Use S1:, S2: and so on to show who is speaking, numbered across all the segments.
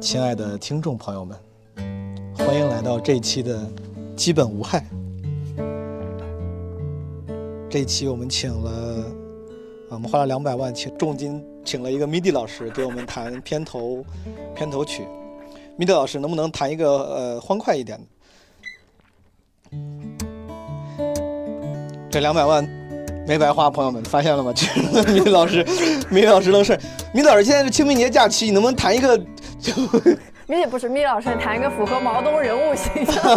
S1: 亲爱的听众朋友们，欢迎来到这一期的《基本无害》。这一期我们请了，啊我们花了两百万请重金请了一个 MIDI 老师给我们弹片头片头曲。MIDI 老师能不能弹一个呃欢快一点的？这两百万没白花，朋友们发现了吗？ 这 MIDI 老师，MIDI 老师能是 MIDI 老师现在是清明节假期，你能不能弹一个
S2: 米不是米老师谈一个符合毛东人物形 象，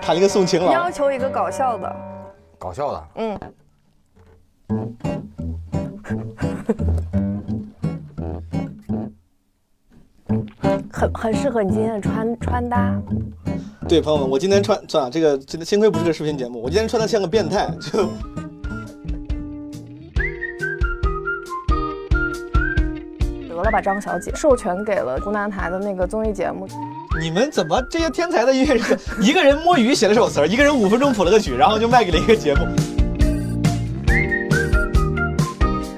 S1: 弹一个送情郎
S2: 要？求一个搞笑的，
S3: 搞笑的，
S2: 嗯，很很适合你今天的穿穿搭，
S1: 对，朋友们，我今天穿算了，这个今天幸亏不是个视频节目，我今天穿的像个变态， 就
S2: 得了吧，张小姐，授权给了湖南台的那个综艺节目，
S1: 你们怎么这些天才的音乐人，一个人摸鱼写了首词儿，一个人五分钟谱了个曲，然后就卖给了一个节目。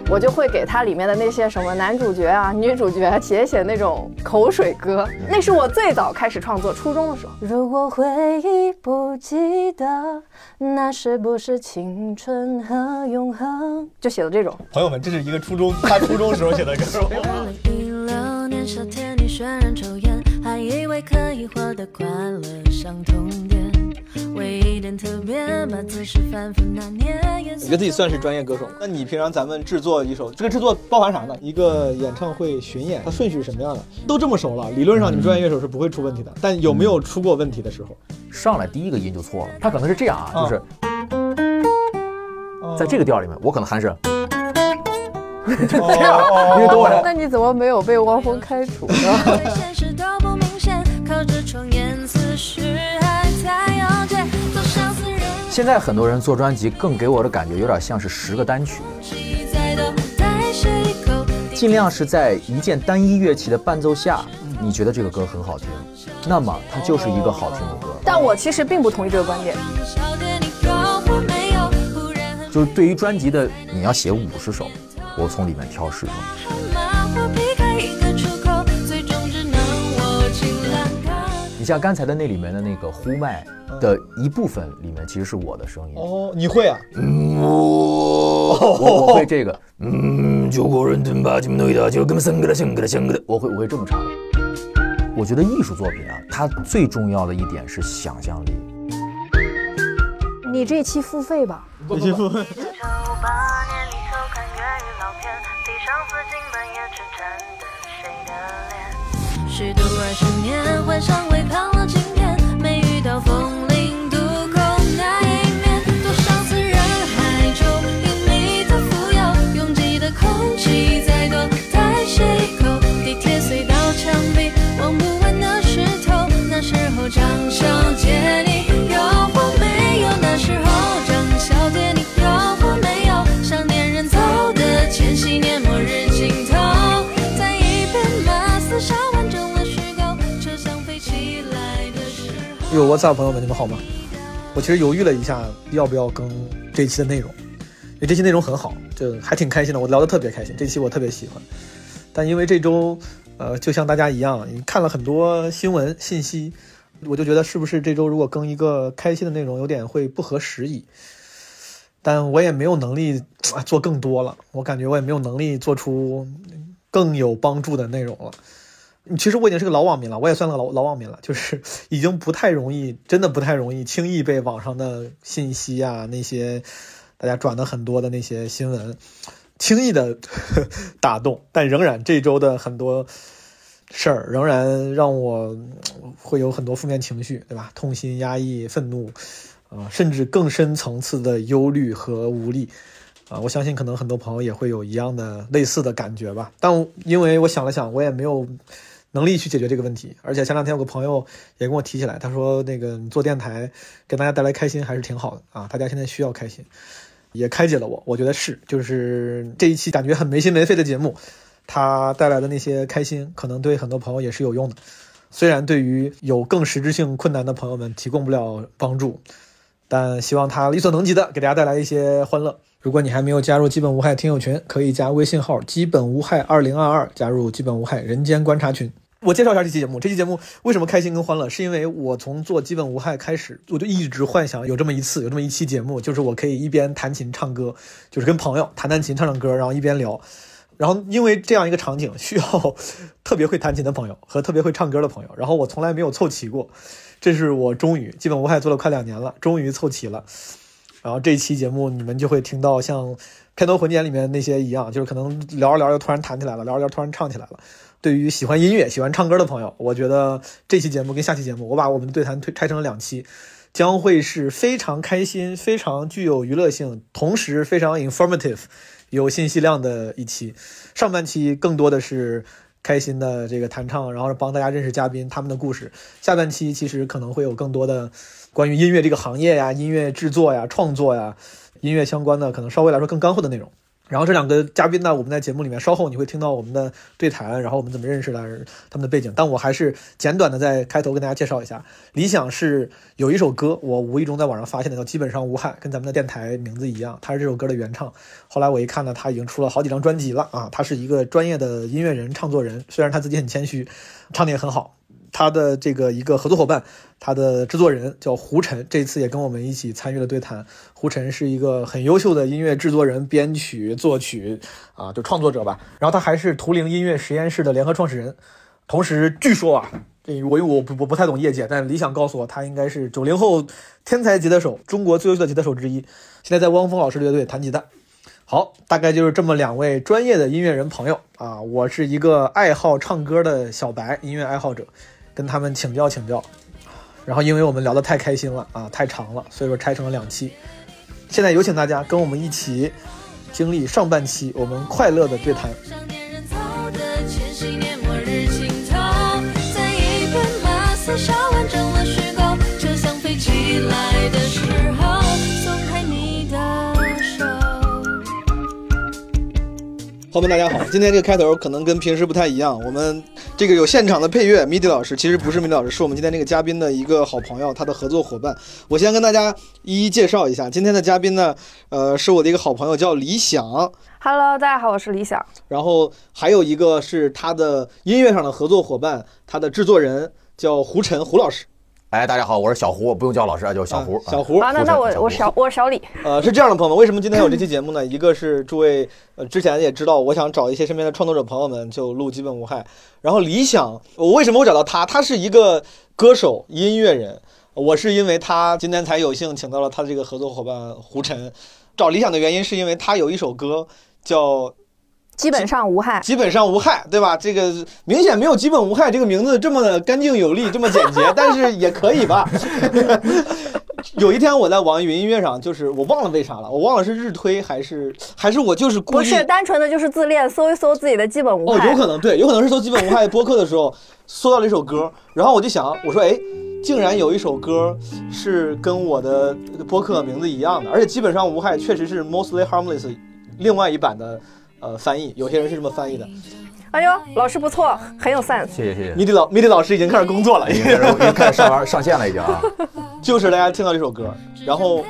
S2: 我就会给它里面的那些什么男主角啊、女主角啊写一写那种口水歌，那是我最早开始创作，初中的时候。
S4: 如果回忆不记得，那是不是青春和永恒？
S2: 就写的这 种，
S1: 朋友们，这是一个初中，他初中时候写的歌。
S4: 一六年夏天，你渲染抽烟，还以为可以活得快乐，像通电，为一点特别，把此时反复拿捏。你
S1: 你觉得自己算是专业歌手吗？那你平常咱们制作一首，这个制作包含啥呢？一个演唱会巡演，它顺序是什么样的？都这么熟了，理论上你们专业乐手是不会出问题的，但有没有出过问题的时候？
S3: 上来第一个音就错了，他可能是这样啊，
S1: 嗯
S3: 就是在这个调里面，我可能还是，
S1: 个，哦
S3: 你懂我的，
S2: 那你怎么没有被汪峰开除呢？
S4: 对现实都不明显，靠着窗沿思绪还在摇摆，多少次人
S3: 现在很多人做专辑，更给我的感觉有点像是十个单曲，
S4: 记载的带水口。
S3: 尽量是在一件单一乐器的伴奏下，
S1: 嗯
S3: 你觉得这个歌很好听，那么它就是一个好听的歌。
S2: 但我其实并不同意这个观点。
S4: 朝着你有或没有，忽然很
S3: 就是对于专辑的，你要写五十首，我从里面挑十首。
S4: 很马虎，避开一个出口，最终只能握紧两个。
S3: 你像刚才的那里面的那个呼麦
S1: 嗯
S3: 的一部分里面，其实是我的声音，
S1: 哦，你会啊？
S3: 我我会这个，
S5: 嗯，中国人真把你们弄的，就这么生个的，生个的，生个的。
S3: 我会我会这么唱。我觉得艺术作品啊，它最重要的一点是想象力。
S2: 你这期付费吧，
S6: 把年龄后看粤语老片，地上紫金半夜痴缠的谁的脸？
S4: 虚度二十年，幻想为盼望今天，没遇到风铃渡口那一面，多少次人海中因你的浮游，拥挤的空气再多带谁口？地铁隧道墙壁望不完的石头，那时候张小姐你有或没有？那时候张小姐你有或没有？想念人走的前夕，年末日尽头，再一遍把厮杀完整了虚构，就像飞起来的时候。
S1: 哟，What's up，朋友们，你们好吗？我其实犹豫了一下，要不要更这一期的内容，因为这期内容很好，就还挺开心的，我聊得特别开心，这期我特别喜欢。但因为这周，呃，就像大家一样，看了很多新闻信息，我就觉得是不是这周如果更一个开心的内容，有点会不合时宜。但我也没有能力啊做更多了，我感觉我也没有能力做出更有帮助的内容了。其实我已经是个老网民了，我也算个老老网民了，就是 已经不太容易，真的不太容易轻易被网上的信息啊那些大家转的很多的那些新闻轻易的 打动，但仍然这周的很多事儿仍然让我嗯会有很多负面情绪，对吧？痛心、压抑、愤怒，啊、甚至更深层次的忧虑和无力。啊，我相信可能很多朋友也会有一样的类似的感觉吧。但我因为我想了想，我也没有能力去解决这个问题。而且前两天有个朋友也跟我提起来，他说那个你做电台给大家带来开心还是挺好的啊，大家现在需要开心，也开解了我。我觉得是，就是这一期感觉很没心没肺的节目，它带来的那些开心，可能对很多朋友也是有用的。虽然对于有更实质性困难的朋友们提供不了帮助，但希望它力所能及的给大家带来一些欢乐。如果你还没有加入基本无害听友群，可以加微信号“基本无害二零二二”加入基本无害人间观察群。我介绍一下这期节目。这期节目为什么开心跟欢乐，是因为我从做基本无害开始，我就一直幻想有这么一次，有这么一期节目，就是我可以一边弹琴唱歌，就是跟朋友弹弹琴唱唱歌，然后一边聊。然后因为这样一个场景，需要特别会弹琴的朋友和特别会唱歌的朋友，然后我从来没有凑齐过，这是我终于基本无害做了快两年了，终于凑齐了。然后这一期节目你们就会听到像片头混剪里面那些一样，就是可能聊着聊着突然弹起来了，聊着聊着突然唱起来了。对于喜欢音乐、喜欢唱歌的朋友，我觉得这期节目跟下期节目，我把我们的对谈推拆成了两期，将会是非常开心、非常具有娱乐性，同时非常 informative、有信息量的一期。上半期更多的是开心的这个弹唱，然后帮大家认识嘉宾他们的故事。下半期其实可能会有更多的关于音乐这个行业呀、音乐制作呀、创作呀、音乐相关的，可能稍微来说更干货的内容。然后这两个嘉宾呢，我们在节目里面稍后你会听到我们的对谈，然后我们怎么认识的，他们的背景。但我还是简短的在开头跟大家介绍一下，理想是有一首歌，我无意中在网上发现的，叫《基本上无害》，跟咱们的电台名字一样，它是这首歌的原唱。后来我一看呢，他已经出了好几张专辑了啊，他是一个专业的音乐人、唱作人，虽然他自己很谦虚，唱的也很好。他的这个一个合作伙伴，他的制作人叫胡晨，这次也跟我们一起参与了对谈。胡晨是一个很优秀的音乐制作人、编曲、作曲啊，就创作者吧。然后他还是图灵音乐实验室的联合创始人，同时据说啊，这我因为我不我不太懂业界，但理想告诉我，他应该是九零后天才吉他手，中国最优秀的吉他手之一。现在在汪峰老师的乐队弹吉他。好，大概就是这么两位专业的音乐人朋友啊，我是一个爱好唱歌的小白音乐爱好者，跟他们请教请教。然后因为我们聊得太开心了啊，太长了，所以说拆成了两期。现在有请大家啊跟我们一起经历上半期我们快乐的对谈。
S4: 上年人操的全息面末日情头，在一片马赛上完整了虚构，就像飞起来的时候，松开你的手。
S1: 朋友们，大家好！今天这个开头可能跟平时不太一样，我们这个有现场的配乐，MIDI 老师其实不是 MIDI 老师，是我们今天这个嘉宾的一个好朋友，他的合作伙伴。我先跟大家一一介绍一下，今天的嘉宾呢，呃，是我的一个好朋友，叫李想，
S2: Hello，大家好，我是李想。
S1: 然后还有一个是他的音乐上的合作伙伴，他的制作人叫胡晨，胡老师，
S3: 哎，大家好，我是小胡，不用叫老师啊，就是小胡
S1: 啊。小胡，
S2: 啊，那
S3: 胡晨
S2: 那我
S3: 小
S2: 我
S3: 胡
S2: 小我小李，
S1: 呃，是这样的，朋友们，为什么今天有这期节目呢？ 一个是诸位呃之前也知道，我想找一些身边的创作者朋友们就录基本无害。然后理想，我为什么会找到他？他是一个歌手、音乐人，我是因为他今天才有幸请到了他的这个合作伙伴胡晨。找理想的原因是因为他有一首歌叫
S2: 基本上无害。
S1: 基本上无害，对吧？这个明显没有“基本无害”这个名字这么的干净有力，这么简洁， 但是也可以 吧。有一天我在网易云音乐上，就是我忘了为啥了，我忘了是日推还是还是我就是故
S2: 不
S1: 意
S2: 是单纯的就是自恋，搜一搜自己的基本无
S1: 哦，
S2: 害。
S1: 有可能对，有可能是搜“基本无害”播客的时候搜到了一首歌，然后我就想，我说哎，竟然有一首歌是跟我的播客名字一样的，而且基本上无害确实是 mostly harmless 另外一版的呃翻译，有些人是这么翻译的。
S2: 哎呦，老师不错，很有 sense。
S3: 谢谢谢谢。
S1: 米迪老米迪老师已经开始工作了，
S3: 已经开始已经开始上班上线了，已经啊！
S1: 就是大家听到这首歌，然后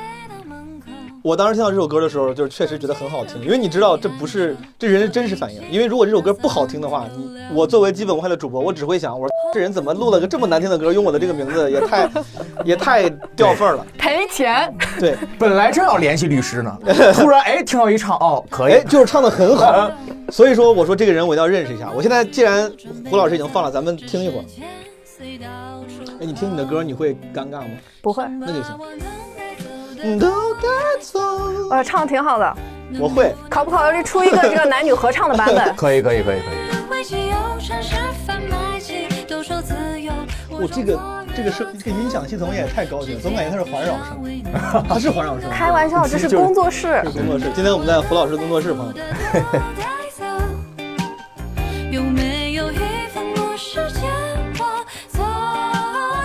S1: 我当时听到这首歌的时候，就是确实觉得很好听，因为你知道这不是这人的真实反应，因为如果这首歌不好听的话，你我作为基本无害的主播，我只会想，我说这人怎么录了个这么难听的歌，用我的这个名字也太 也太掉份儿了。
S2: 赔钱，
S1: 对，
S3: 本来正要联系律师 呢，突然哎，听到一唱，哦，可
S1: 哎
S3: 以，，？
S1: 就是唱的很好，所以说我说这个人我一定要认识一下。我现在既然胡老师已经放了，咱们听一会儿。哎，你听你的歌，你会尴尬吗？
S2: 不会，
S1: 那就行。你都该走，
S2: 呃，唱的挺好的，
S1: 我会。
S2: 考不考虑出一个这个男女合唱的版本
S3: 可以可以可以可以。
S4: 为其忧伤是贩卖机，都说自由。
S1: 我、哦这个这个声这个音响系统也太高级了，总感觉它是环绕声，它是环绕声。
S2: 开玩笑，这是工作室
S1: 这。是工作室，
S7: 嗯
S1: 今天我们在胡老师工作室，朋友们。
S4: 有没有一份不是结果？错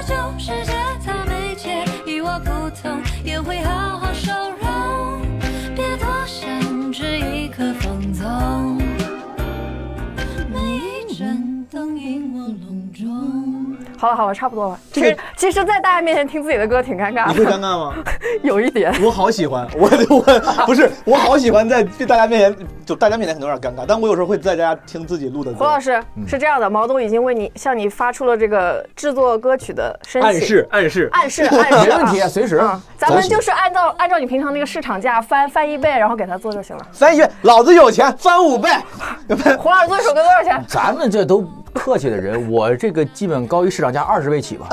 S4: 就是节操没解，与我不同，也会好好收容。别多想，只一颗放纵。每一盏灯引我笼中。
S2: 好了好了，差不多了。
S7: 这
S2: 其
S7: 个
S2: 实其实，在大家面前听自己的歌挺尴尬
S7: 你会
S2: 的，
S7: 尴尬吗？
S2: 有一点。
S7: 我好喜欢， 我我不是，我好喜欢在对大家面前，就大家面前可能有点尴尬，但我有时候会在家听自己录的
S2: 胡老
S7: 歌，
S2: 师是这样的，毛东已经为你向你发出了这个制作歌曲的申请
S7: 暗示暗示，
S2: 暗示暗示，
S3: 没问题啊随时
S2: 嗯咱
S3: 咱
S2: 们
S3: 是
S2: 就是按照按照你平常那个市场价翻翻一倍，然后给他做就行了。
S7: 三月老子有钱翻五倍，
S2: 胡老师做一首歌多少钱？
S3: 咱们这都客气的人，我这个基本高于市场价二十倍起吧。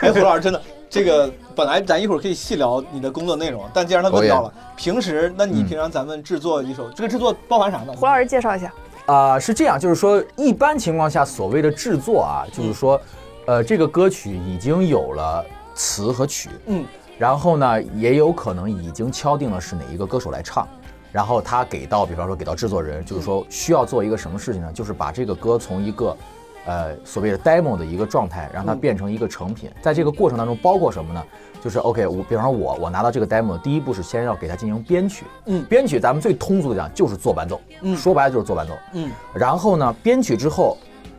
S7: 哎，胡老师真的，这个本来咱一会儿可以细聊你的工作内容，但既然他问到了，平时那你平常咱们制作一首，这个制作包含啥呢？
S2: 胡老师介绍一下，
S3: 啊、是这样，就是说，一般情况下，所谓的制作啊，就是说，呃，这个歌曲已经有了词和曲，
S7: 嗯，
S3: 然后呢，也有可能已经敲定了是哪一个歌手来唱，然后他给到，比方说给到制作人，就
S7: 嗯
S3: 是说需要做一个什么事情呢？就是把这个歌从一个，呃，所谓的 demo 的一个状态，让
S7: 嗯
S3: 它变成一个成品。在这个过程当中，包括什么呢？就是 OK，我比方说我我拿到这个 demo，第一步是先要给它进行编曲，
S7: 嗯
S3: 编曲咱们最通俗的讲就是做伴奏，
S7: 嗯
S3: 说白了就是做伴奏，
S7: 嗯
S3: 然后呢，编曲之后，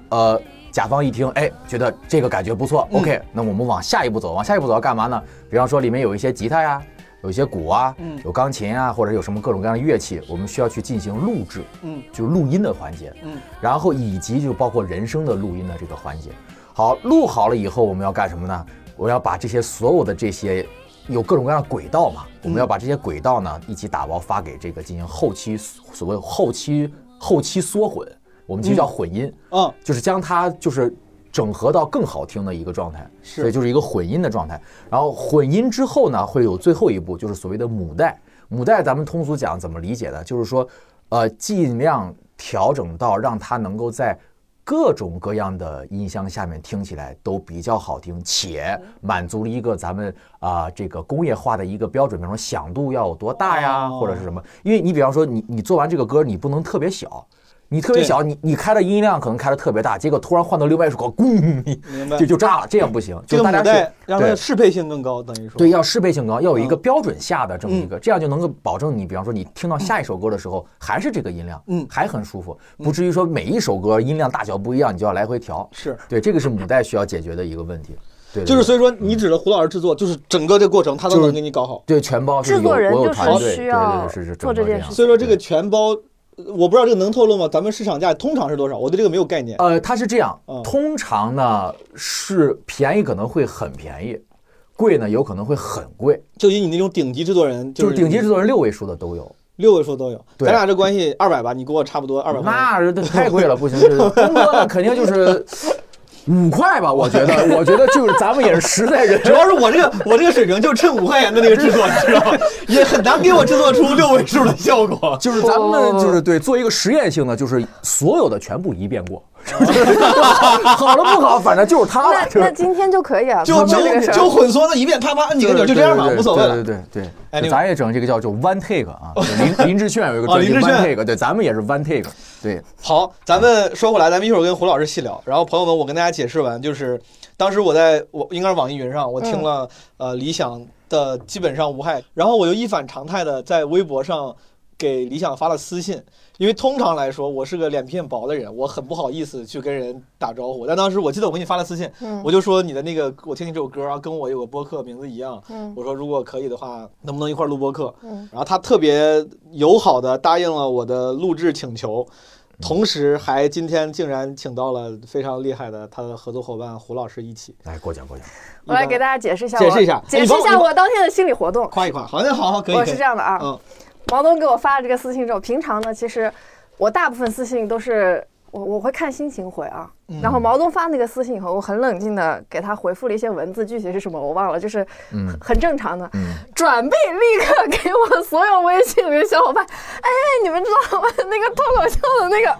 S3: 呃，甲方一听，哎，觉得这个感觉不错、
S7: 嗯
S3: o k 那我们往下一步走，往下一步走要干嘛呢？比方说里面有一些吉他呀，有一些鼓啊，
S7: 嗯
S3: 有钢琴啊，或者有什么各种各样的乐器，我们需要去进行录制，
S7: 嗯
S3: 就是录音的环节，
S7: 嗯，
S3: 然后以及就包括人声的录音的这个环节。好，录好了以后，我们要干什么呢？我要把这些所有的这些有各种各样的轨道嘛，
S7: 嗯
S3: 我们要把这些轨道呢一起打包发给这个进行后期所谓后期后期缩混，我们其实叫混音，
S7: 嗯
S3: 就是将它就是整合到更好听的一个状态，
S7: 是
S3: 所以就是一个混音的状态。然后混音之后呢，会有最后一步，就是所谓的母带。母带咱们通俗讲怎么理解呢？就是说，呃，尽量调整到让它能够在各种各样的音箱下面听起来都比较好听，且满足了一个咱们啊、这个工业化的一个标准，比方说响度要有多大呀，
S7: 哦
S3: 或者是什么？因为你比方说你你做完这个歌，你不能特别小。你特别
S7: 对
S3: 小，你你开的音量可能开的特别大，结果突然换到另外一首歌，咣，你
S7: 明白
S3: 就就炸了，这样不行。
S7: 这
S3: 就
S7: 个
S3: 大家
S7: 母
S3: 是
S7: 带让它嗯
S3: 对
S7: 的适配性更高，等于说，
S3: 对，要适配性高，要有一个标准下的这么一
S7: 嗯
S3: 个，这样就能够保证你，比方说你听到下一首歌的时候，还是这个音量，
S7: 嗯
S3: 还很舒服，不至于说每一首歌音量大小不一样，你就要来回调。
S7: 是
S3: 对，这个是母带需要解决的一个问题。对，对
S7: 就是
S3: 对
S7: 所以说你指的胡老师制作，就是整个这个过程他都
S3: 就
S7: 能
S3: 是
S7: 给你搞好。
S3: 对全包
S2: 制作人
S3: 有我有
S2: 就是
S3: 团队，
S2: 需
S3: 对
S2: 要
S3: 对对是是
S2: 做
S3: 整
S2: 这
S3: 个
S2: 件
S3: 样
S2: 事
S7: 所以说这个全包，呃我不知道这个能透露吗？咱们市场价通常是多少？我对这个没有概念。
S3: 呃，它是这样
S7: 嗯，
S3: 通常呢是便宜可能会很便宜，贵呢有可能会很贵，
S7: 就以你那种顶级制作人，
S3: 就是顶级制
S7: 作
S3: 作人六位数的都有。
S7: 六位数都有。
S3: 对
S7: 咱俩这关系二百吧，你给我差不多二百块。
S3: 那这太贵了，不行。这个东哥呢，肯定就是五块吧，我觉得，我觉得就是咱们也是实在人。
S7: 主要是我这个我这个水平就趁五块钱的那个制作，你知道吗？也很难给我制作出六位数的效果。
S3: 就是咱们就是对做一个实验性的，就是所有的全部一遍过， 好的不好，反正就是他了
S2: 那。那今天就可以啊，
S7: 就
S2: 做做这个事
S7: 就
S2: 儿
S7: 就混缩那一遍，啪啪摁几个钮，就这样吧，无所谓
S3: 对
S7: 了。
S3: 对对
S7: 哎
S3: 对
S7: 那
S3: 对，
S7: 个
S3: 咱也整这个叫做 one take 啊，林林志炫有一个
S7: 哦
S3: 专辑
S7: 林志
S3: one
S7: 炫
S3: take，对，咱们也是 one take，对，
S7: 好，咱们说回来，咱们一会儿跟胡老师细聊。然后朋友们，我跟大家解释完，就是当时我在我应该是网易云上，我听了、呃理想的基本上无害，然后我又一反常态的在微博上给理想发了私信，因为通常来说我是个脸皮很薄的人，我很不好意思去跟人打招呼。但当时我 记得我给你发了私信，
S2: 嗯
S7: 我就说你的那个我听你这首歌啊，跟我有个播客名字一样，
S2: 嗯
S7: 我说如果可以的话，能不能一块儿录播客？
S2: 嗯
S7: 然后他特别友好的答应了我的录制请求，同时还今天竟然请到了非常厉害的他的合作伙伴胡老师一起，
S3: 来哎过奖过奖。
S2: 我来给大家解释一下我，
S7: 解释一下哎
S2: 解
S7: 你
S2: 释
S7: 帮
S2: 一
S7: 我
S2: 下
S7: 你帮
S2: 我当天的心理活动。
S7: 夸一夸。好，那好好可以，
S2: 我
S7: 可以
S2: 是这样的啊，
S7: 嗯
S2: 毛东给我发了这个私信之后，平常呢，其实我大部分私信都是我我会看心情回啊。
S7: 嗯
S2: 然后毛东发那个私信以后，我很冷静的给他回复了一些文字，具体是什么我忘了，就是
S3: 嗯
S2: 很很正常的。
S3: 嗯
S2: 转辈立刻给我所有微信里的小伙伴，哎，你们知道吗？那个脱口秀的那个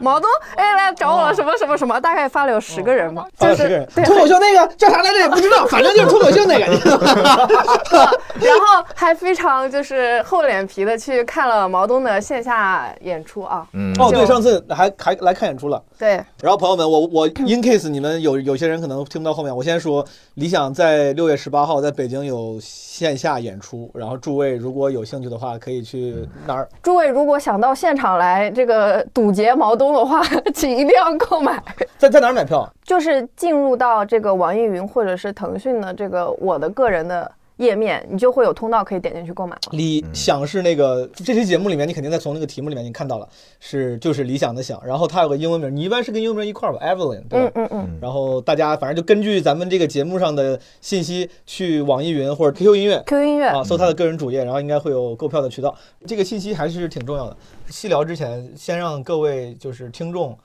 S2: 毛东，哎，来找我
S7: 哦
S2: 了，什么什么什么，大概发了有十个人吧，
S7: 啊，
S2: 就
S7: 十个
S2: 是
S7: 人，
S2: 对
S7: 脱口秀那个叫啥来着也不知道，反正就是脱口秀那个。
S2: 然后还非常就是厚脸皮的去看了毛东的线下演出啊。
S3: 嗯
S7: 哦，对，上次还还来看演出了，
S2: 对，
S7: 然后朋友们，我我 in case 你们有有些人可能听不到后面，我先说，理想在六月十八号在北京有线下演出，然后诸位如果有兴趣的话，可以去哪儿？
S2: 诸位如果想到现场来这个堵截毛东的话， 请一定要购买。
S7: 在在哪儿买票？
S2: 嗯就是进入到这个网易云或者是腾讯的这个我的个人的页面，你就会有通道可以点进去购买了。
S7: 理想是那个这期节目里面，你肯定在从那个题目里面你看到了，是就是理想的想，然后它有个英文名，你一般是跟英文名一块儿吧，Evelyn，对吧？
S2: 嗯嗯嗯，
S7: 然后大家反正就根据咱们这个节目上的信息去网易云或者 QQ 音乐
S2: q 音乐、
S7: 啊，搜他的个人主页，然后应该会有购票的渠道。这个信息还是挺重要的。细聊之前，先让各位就是听众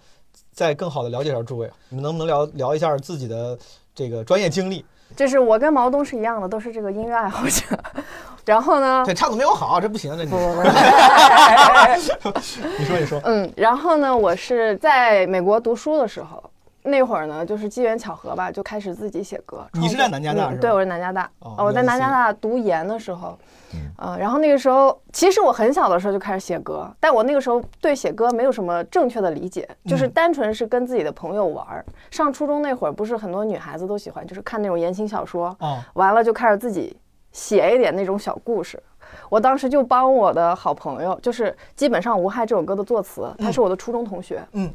S7: 再更好的了解一下诸位，你们能不能聊聊一下自己的这个专业经历？
S2: 这是我跟毛东是一样的，都是这个音乐爱好者。 然后呢，
S7: 这唱的没有好，这不行，这 你
S2: 不不不，
S7: 你说你说，
S2: 嗯，然后呢，我是在美国读书的时候，那会儿呢，就是机缘巧合吧，就开始自己写歌。
S7: 你是在南加大
S2: 创作
S7: 是吧
S2: 嗯对，我是南加大。
S7: 哦嗯
S2: 呃我在南
S7: USC
S2: 加大读研的时候，呃，然后那个时候，其实我很小的时候就开始写歌，但我那个时候对写歌没有什么正确的理解，就是
S7: 嗯
S2: 单纯是跟自己的朋友玩儿。上初中那会儿，不是很多女孩子都喜欢，就是看那种言情小说，
S7: 哦，
S2: 完了就开始自己写一点那种小故事。我当时就帮我的好朋友，就是基本上《无害》这首歌的作词，他是我的初中同学。
S7: 嗯，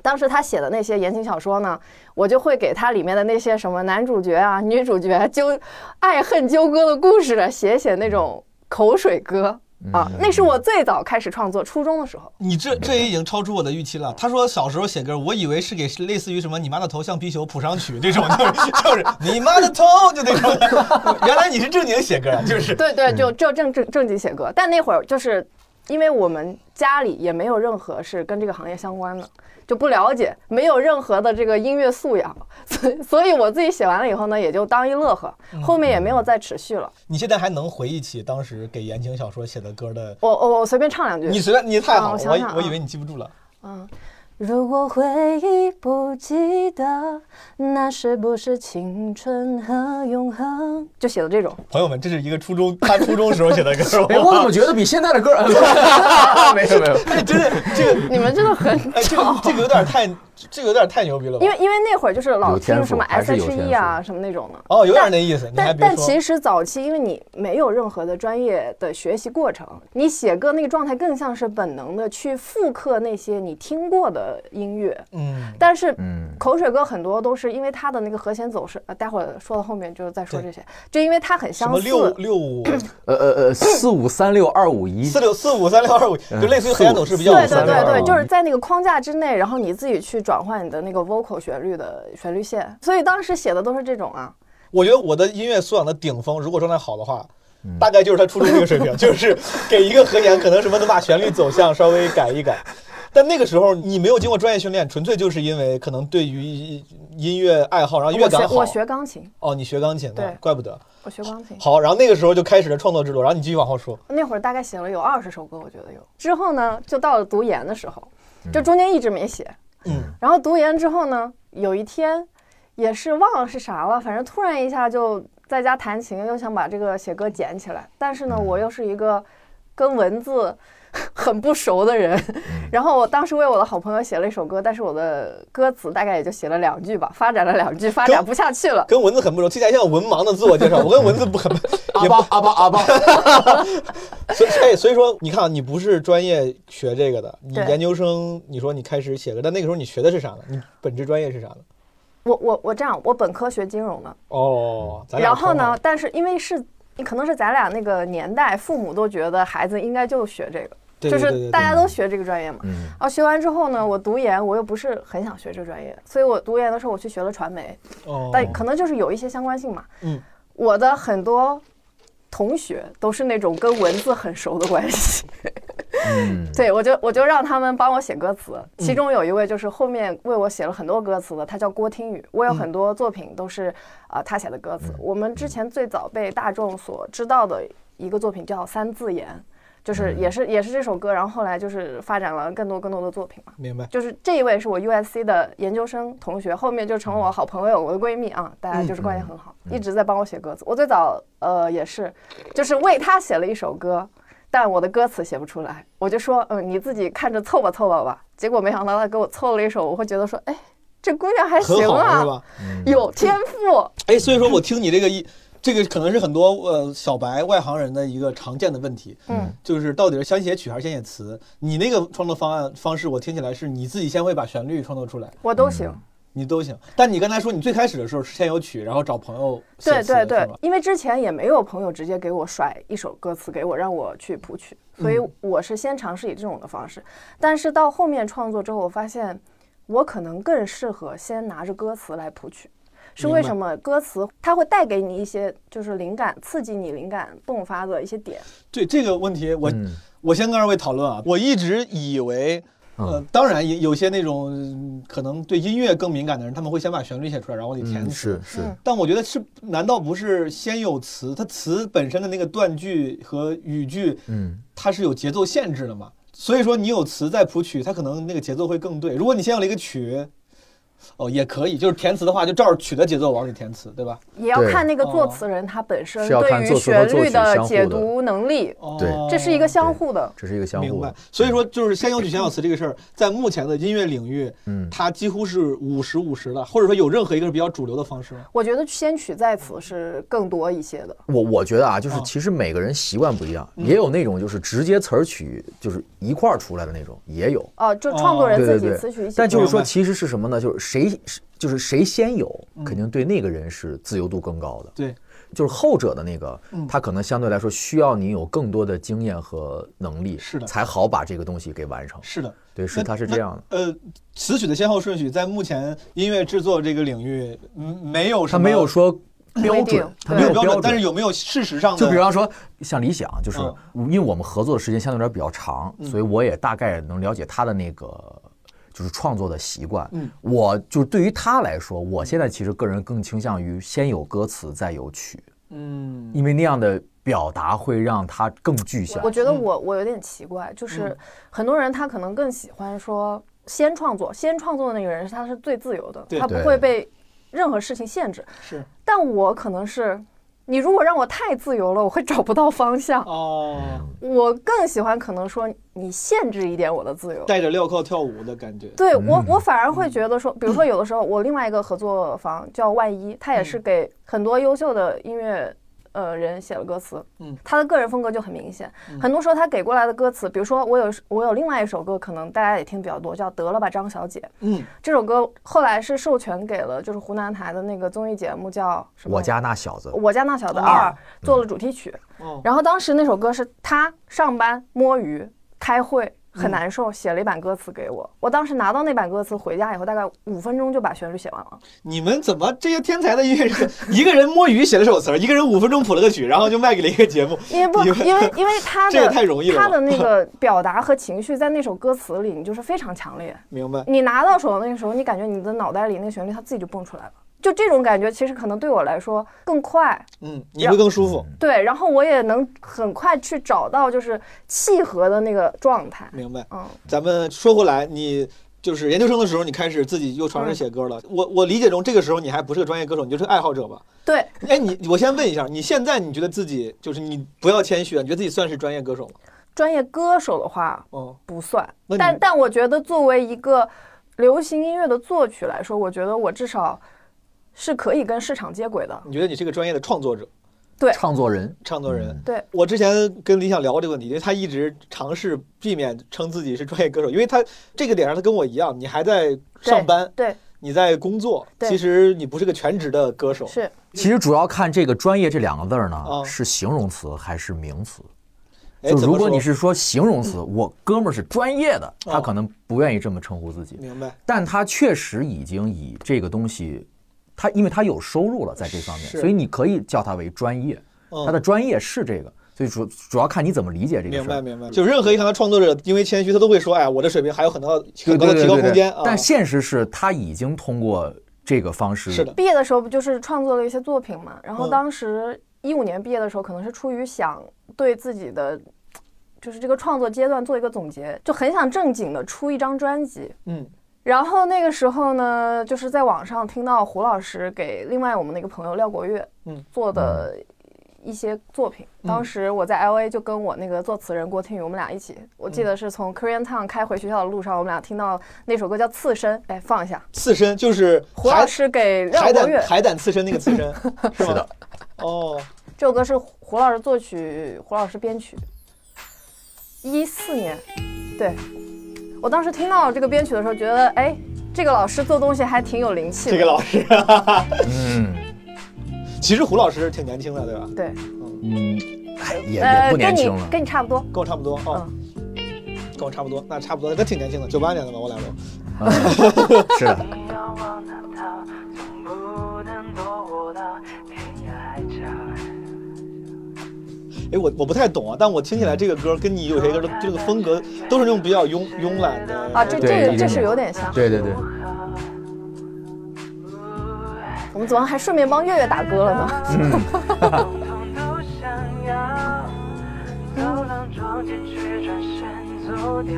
S2: 当时他写的那些言情小说呢，我就会给他里面的那些什么男主角啊、女主角纠爱恨纠葛的故事写写那种口水歌啊。那是我最早开始创作，初中的时候。
S7: 你这这也已经超出我的预期了。他说小时候写歌，我以为是给类似于什么“你妈的头像皮球谱上曲”这种，就是就是你妈的头就那种。原来你是正经写歌，啊就是
S2: 对对，就就正正正经写歌。但那会儿就是因为我们家里也没有任何是跟这个行业相关的，就不了解，没有任何的这个音乐素养， 所以所以我自己写完了以后呢，也就当一乐呵，后面也没有再持续了。
S7: 你现在还能回忆起当时给言情小说写的歌的
S2: 我我我随便唱两句。
S7: 你随便，你太
S2: 啊
S7: 好，
S2: 我
S7: 了，
S2: 想
S7: 我以
S2: 想啊
S7: 我以为你记不住了。
S2: 如果回忆不记得，那是不是青春和永恒？就写的这种。
S7: 朋友们，这是一个初中，他初中时候写的歌，
S3: 哎，我怎么觉得比现在的歌儿？ 没有没有，
S7: 哎真的这个，
S2: 你们真的很
S7: 哎，这个这个有点太，这个有点太牛逼了吧？
S2: 因为因为那会儿就是老
S3: 有天
S2: 听
S3: 赋
S2: 什么
S3: 还是有
S2: S.H.E
S3: 天
S2: 啊什么那种的。
S7: 哦，有点那意思，你还别
S2: 但但
S7: 说
S2: 其，实早期，因为你没有任何的专业的学习过程，你写歌那个状态更像是本能的去复刻那些你听过的音乐。
S7: 嗯，
S2: 但是
S3: 嗯，
S2: 口水歌很多都是因为它的那个和弦走势，呃，待会儿说到后面就再说
S7: 对
S2: 这些，就因为它很
S7: 什
S2: 相
S7: 么
S2: 似。
S7: 六六五
S3: 呃呃呃，四五三六二五一
S7: 四，六四五三六二五，就类似于黑暗走势比较
S2: 对
S7: 有啊
S2: 对
S7: 三
S3: 三
S7: 六
S2: 对
S7: 二
S2: 对，
S3: 五
S2: 就是在那个框架之内，然后你自己去转换你的那个 vocal 旋律的旋律线，所以当时写的都是这种啊。
S7: 我觉得我的音乐素养的顶峰，如果状态好的话。大概就是他初中那个水平， 就是给一个和弦，可能什么能把旋律走向稍微改一改。但那个时候你没有经过专业训练，纯粹就是因为可能对于音乐爱好，然后乐
S2: 我学
S7: 感好
S2: 我。学钢琴，
S7: 哦，你学钢琴的
S2: 对，
S7: 怪不得。
S2: 我学钢琴。
S7: 好，然后那个时候就开始了创作之路，然后你继续往后说。
S2: 那会儿大概写了有二十首歌，我觉得有。之后呢，就到了读研的时候，就中间一直没写。
S7: 嗯，
S2: 然后读研之后呢，有一天也是忘了是啥了，反正突然一下就在家弹琴，又想把这个写歌捡起来。但是呢，我又是一个跟文字 很不熟的人，然后我当时为我的好朋友写了一首歌，但是我的歌词大概也就写了两句吧，发展了两句，发展不下去了。
S7: 跟文字很不熟，听起来像文盲的自我介 绍。我跟文字不很，
S3: 阿
S7: 也
S3: 巴阿巴 阿巴，
S7: 所以哎，所以说你看啊，你不是专业学这个的，你
S2: 对
S7: 研究生，你说你开始写歌，但那个时候你学的是啥呢？你本职专业是啥呢？
S2: 我我我这样，我本科学金融的，
S7: 哦，咱俩
S2: 然后
S7: 同
S2: 呢
S7: 行，，
S2: 但是因为是可能是咱俩那个年代，父母都觉得孩子应该就学这个，
S7: 对对对
S2: 就是
S7: 对
S2: 大
S7: 对，
S2: 家都学这个专业嘛。
S3: 嗯
S2: 然后学完之后呢，我读研我又不是很想学这个专业，所以我读研的时候我去学了传媒，
S7: 哦，
S2: 但可能就是有一些相关性嘛。
S7: 嗯，
S2: 我的很多同学都是那种跟文字很熟的关系，
S3: 嗯，
S2: 对我就我就让他们帮我写歌词，
S7: 嗯
S2: 其中有一位就是后面为我写了很多歌词的，他叫郭听
S7: 嗯
S2: 雨，我有很多作品都是啊、呃他写的歌词。我们之前最早被大众所知道的一个作品叫《三字言》，
S7: 嗯
S2: 就是也是也是这首歌，然后后来就是发展了更多更多的作品嘛。
S7: 明白。
S2: 就是这一位是我 USC 的研究生同学，后面就成了
S7: 嗯
S2: 我好朋友，我的闺蜜啊，大家就是关系很好，一直在帮我写歌词。我最早呃也是，就是为她写了一首歌，但我的歌词写不出来，我就说，嗯，你自己看着凑吧凑吧吧。结果没想到他给我凑了一首，我会觉得说，哎，这姑娘还
S7: 很
S2: 行
S7: 好是
S2: 啊，
S7: 吧？
S2: 有天赋。
S7: 哎，所以说我听你这个一，这个可能是很多呃小白外行人的一个常见的问题，
S2: 嗯，
S7: 就是到底是先写曲还是先写词？你那个创作方案方式，我听起来是你自己先会把旋律创作出来，
S2: 我都
S7: 嗯
S2: 行。
S7: 你都行。但你刚才说你最开始的时候是先有曲，然后找朋友写
S2: 对
S7: 词，
S2: 对对
S7: 是吧，
S2: 因为之前也没有朋友直接给我甩一首歌词给我让我去谱曲，所
S3: 嗯
S2: 以我是先尝试以这种的方式。但是到后面创作之后，我发现我可能更适合先拿着歌词来谱曲，是为什么？歌词它会带给你一些就是灵感，刺激你灵感迸发的一些点。
S7: 对这个问题，我、
S3: 嗯
S7: 我先跟二位讨论啊。我一直以为，呃，
S3: 嗯
S7: 当然也有些那种嗯可能对音乐更敏感的人，他们会先把旋律写出来，然后你填
S3: 嗯，
S7: 词。
S3: 是是，
S7: 但我觉得是，难道不是先有词？它词本身的那个断句和语句，
S3: 嗯，
S7: 它是有节奏限制的嘛？所以说你有词在谱曲，它可能那个节奏会更对。如果你先有了一个曲，哦，也可以，就是填词的话，就照着曲的节奏往里填词，对吧？
S2: 也要
S3: 对
S2: 看那个作
S7: 哦
S2: 词人他本身
S3: 是要看
S2: 对于
S3: 作词和
S2: 旋
S3: 作曲
S2: 律的
S3: 相互
S2: 解
S3: 的
S2: 读能力，
S7: 哦，
S3: 对嗯
S2: 这是一个相互的。
S3: 这是一个相
S7: 明
S3: 互
S7: 白
S3: 的。，
S7: 所以说就是先有曲先有词这个事儿，在目前的音乐领域，
S3: 嗯
S7: 它几乎是五十五十的，或者说有任何一个是比较主流的方式吗？
S2: 我觉得先曲再词是更多一些的。
S3: 我我觉得啊，就是
S7: 哦嗯
S3: 其实每个人习惯不一样，也有那种就是直接词儿曲就是一块儿出来的那种，也有。
S2: 哦，就创作人
S3: 对
S2: 自
S3: 对
S2: 己
S3: 对，
S2: 词曲一起。
S3: 但就是
S7: 明
S3: 说，
S7: 白嗯
S3: 其实是什么呢？就是谁就是谁先有，肯定对那个人是自由度更高的。
S7: 对，
S3: 就是后者的那个，
S7: 嗯
S3: 他可能相对来说需要你有更多的经验和能力，
S7: 是的
S3: 才好把这个东西给完成。
S7: 是的，
S3: 对，是
S7: 那
S3: 他是这样的，
S7: 那呃，词曲的先后顺序在目前音乐制作这个领域，嗯，没有什
S3: 他
S7: 么
S3: 没有说标
S2: 规定
S3: 准，他
S2: 对
S7: 没有
S3: 没有
S7: 标
S3: 标准，
S7: 但是有没有事实上的？
S3: 就比方说，像理想，就是
S7: 哦嗯
S3: 因为我们合作的时间相对来说比较长，所以我也大概能了解他的那个就是创作的习惯。
S7: 嗯
S3: 我就是对于他来说，我现在其实个人更倾向于先有歌词再有曲，
S7: 嗯，
S3: 因为那样的表达会让他更具象
S2: 我。觉得我我有点奇怪，就是很多人他可能更喜欢说先创作，先创作的那个人他是最自由的
S7: 对，
S2: 他不
S3: 对
S2: 会被任何事情限制。
S7: 是
S2: 但我可能是，你如果让我太自由了，我会找不到方向。
S7: 哦，
S3: 嗯
S2: 我更喜欢可能说你限制一点我的自由。
S7: 带着镣铐跳舞的感觉。
S2: 对我，
S3: 嗯
S2: 我反而会觉得说，比如说有的时候，我另外一个合作方叫万一，他也
S3: 嗯
S2: 是给很多优秀的音乐呃人写了歌词，
S7: 嗯，
S2: 他的个人风格就很明显。
S3: 嗯
S2: 很多时候他给过来的歌词，比如说我有我有另外一首歌，可能大家也听比较多，叫《得了吧张小姐》
S7: 嗯，
S2: 这首歌，后来是授权给了就是湖南台的那个综艺节目叫什么？
S3: 我家那小子，
S2: 我家那小子
S7: 二
S2: 二做了主题曲，
S7: 哦，
S2: 然后当时那首歌是他上班摸鱼、开会很难受，写了一版歌词给我。我当时拿到那版歌词回家以后，大概五分钟就把旋律写完了。
S7: 你们怎么这些天才的音乐人，一个人摸鱼写了首词儿，一个人五分钟谱了个曲，然后就卖给了一个节目？
S2: 因为不，因为 因为他
S7: 这也
S2: 的
S7: 太容易了吧
S2: 他的那个表达和情绪在那首歌词里，你就是非常强烈。
S7: 明白。
S2: 你拿到手的那个时候，你感觉你的脑袋里那个旋律它自己就蹦出来了。就这种感觉，其实可能对我来说更快，
S7: 嗯，你会更舒服。
S2: 对，然后我也能很快去找到就是契合的那个状态。
S7: 明白。
S2: 嗯，
S7: 咱们说回来，你就是研究生的时候，你开始自己又尝
S2: 嗯
S7: 试写歌了。我我理解中，这个时候你还不是个专业歌手，你就是个爱好者吧？
S2: 对，
S7: 哎，你我先问一下，你现在你觉得自己就是你不要谦虚啊，你觉得自己算是专业歌手吗？
S2: 专业歌手的话，
S7: 哦，
S2: 不算
S7: 那，你
S2: 但但我觉得作为一个流行音乐的作曲来说，我觉得我至少是可以跟市场接轨的。
S7: 你觉得你是个专业的创作者、
S3: 创作人，
S7: 唱作人？
S2: 对，
S7: 我之前跟李想聊过这个问题，因为他一直尝试避免称自己是专业歌手，因为他这个点上他跟我一样，你还在上班，
S2: 对，
S7: 你在工作，
S2: 对
S7: 其实你不是个全职的歌手。
S2: 是
S3: 其实主要看这个“专业”这两个字儿呢
S7: 哦，
S3: 是形容词还是名词。
S7: 哎，
S3: 就
S7: 怎
S3: 如
S7: 么
S3: 果
S7: 说嗯
S3: 你是说形容词，我哥们儿是专业的，他
S7: 哦
S3: 可能不愿意这么称呼自己。
S7: 明白，
S3: 但他确实已经以这个东西，他因为他有收入了，在这方面，
S7: 是
S3: 所以你可以叫他为专业，
S7: 嗯
S3: 他的专业是这个，所以主主要看你怎么理解这个
S7: 明
S3: 事
S7: 白，
S3: 儿。
S7: 明白。就任何一行的创作者，因为谦虚，他都会说：“哎呀，我的水平还有很高很高的提高空间啊。”
S3: 但现实是他已经通过这个方式，
S7: 是的，
S2: 毕业的时候不就是创作了一些作品嘛？然后
S7: 嗯
S2: 当时一五年毕业的时候，可能是出于想对自己的就是这个创作阶段做一个总结，就很想正经的出一张专辑。
S7: 嗯，
S2: 然后那个时候呢，就是在网上听到胡老师给另外我们那个朋友廖国月，
S7: 嗯，
S2: 做的一些作品。当时我在 L A 就跟我那个作词人郭听雨，我们俩一起，我记得是
S7: 嗯
S2: 从 Korean Town 开回学校的路上，我们俩听到那首歌叫《刺身》，哎，放一下，
S7: 刺身就是
S2: 胡老
S7: 海
S2: 师给廖
S7: 海
S2: 国月
S7: 胆海胆刺身那个 刺身，是吗？哦，
S2: 这首歌是胡老师作曲，胡老师编曲。一四年，对，我当时听到这个编曲的时候，觉得哎，这个老师做东西还挺有灵气的。
S7: 这个老师，
S3: 嗯
S7: 其实胡老师挺年轻的，对吧？
S2: 对，
S3: 嗯，哎也也
S2: 呃，
S3: 不
S2: 跟
S3: 年
S2: 你
S3: 轻了，
S2: 跟你差不多，
S7: 跟我差不多哦，
S2: 嗯
S7: 跟我差不多，那差不多，那挺年轻的，九八年的吧，我俩都。
S3: 嗯 是的，
S6: 遥望到他，总不能躲过他，偏爱着。
S7: 哎，我我不太懂啊，但我听起来这个歌跟你有些歌的这个风格都是那种比较慵慵懒的
S2: 啊，这
S3: 对
S2: 这
S3: 一
S2: 个
S3: 点
S2: 这是
S3: 点
S2: 有点像。
S3: 对对对，
S2: 我们昨晚还顺便帮月月打歌了呢。
S6: 通通都想要，都能撞进去，转身走掉。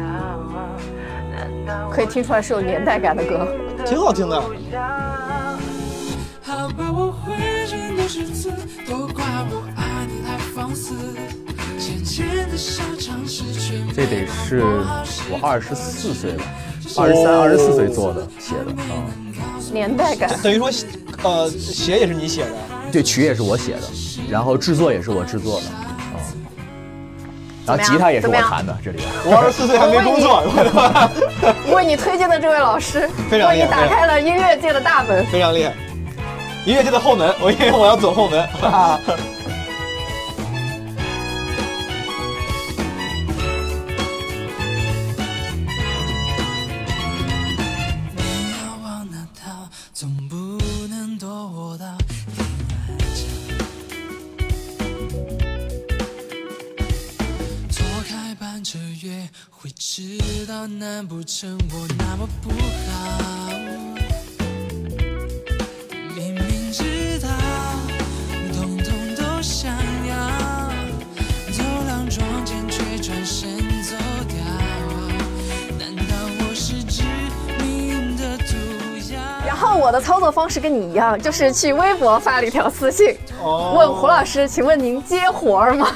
S6: 难道
S2: 可以听出来是有年代感的歌。
S7: 挺好听的。
S6: 不想？
S8: 好吧，我会真的是字，都怪我爱你太放肆。浅浅的小尝试，却没
S3: 这得是我二十四岁吧，二十三、
S7: 哦
S3: 二十四岁做的写的啊、
S2: 年代感，
S7: 等于说，呃，鞋也是你写的，
S3: 对，曲也是我写的，然后制作也是我制作的，啊、然后吉他也是我弹的，这里边
S7: 我二十四岁还没工作，
S2: 为你推荐的这位老师，
S7: 非常
S2: 为
S7: 厉害
S2: 你打开了音乐界的大门。
S7: 非常厉害。音乐界的后门，我因为我要走后 门。
S8: 遥望那道，总不能躲我到天涯角。错开半遮月，会知道难不成我那么不好？明明知道，通通都想要，走廊撞见却转身走掉。难道我是致命的毒药？
S2: 然后我的操作方式跟你一样，就是去微博发了一条私信，
S7: 哦
S2: 问胡老师，请问您接活儿吗？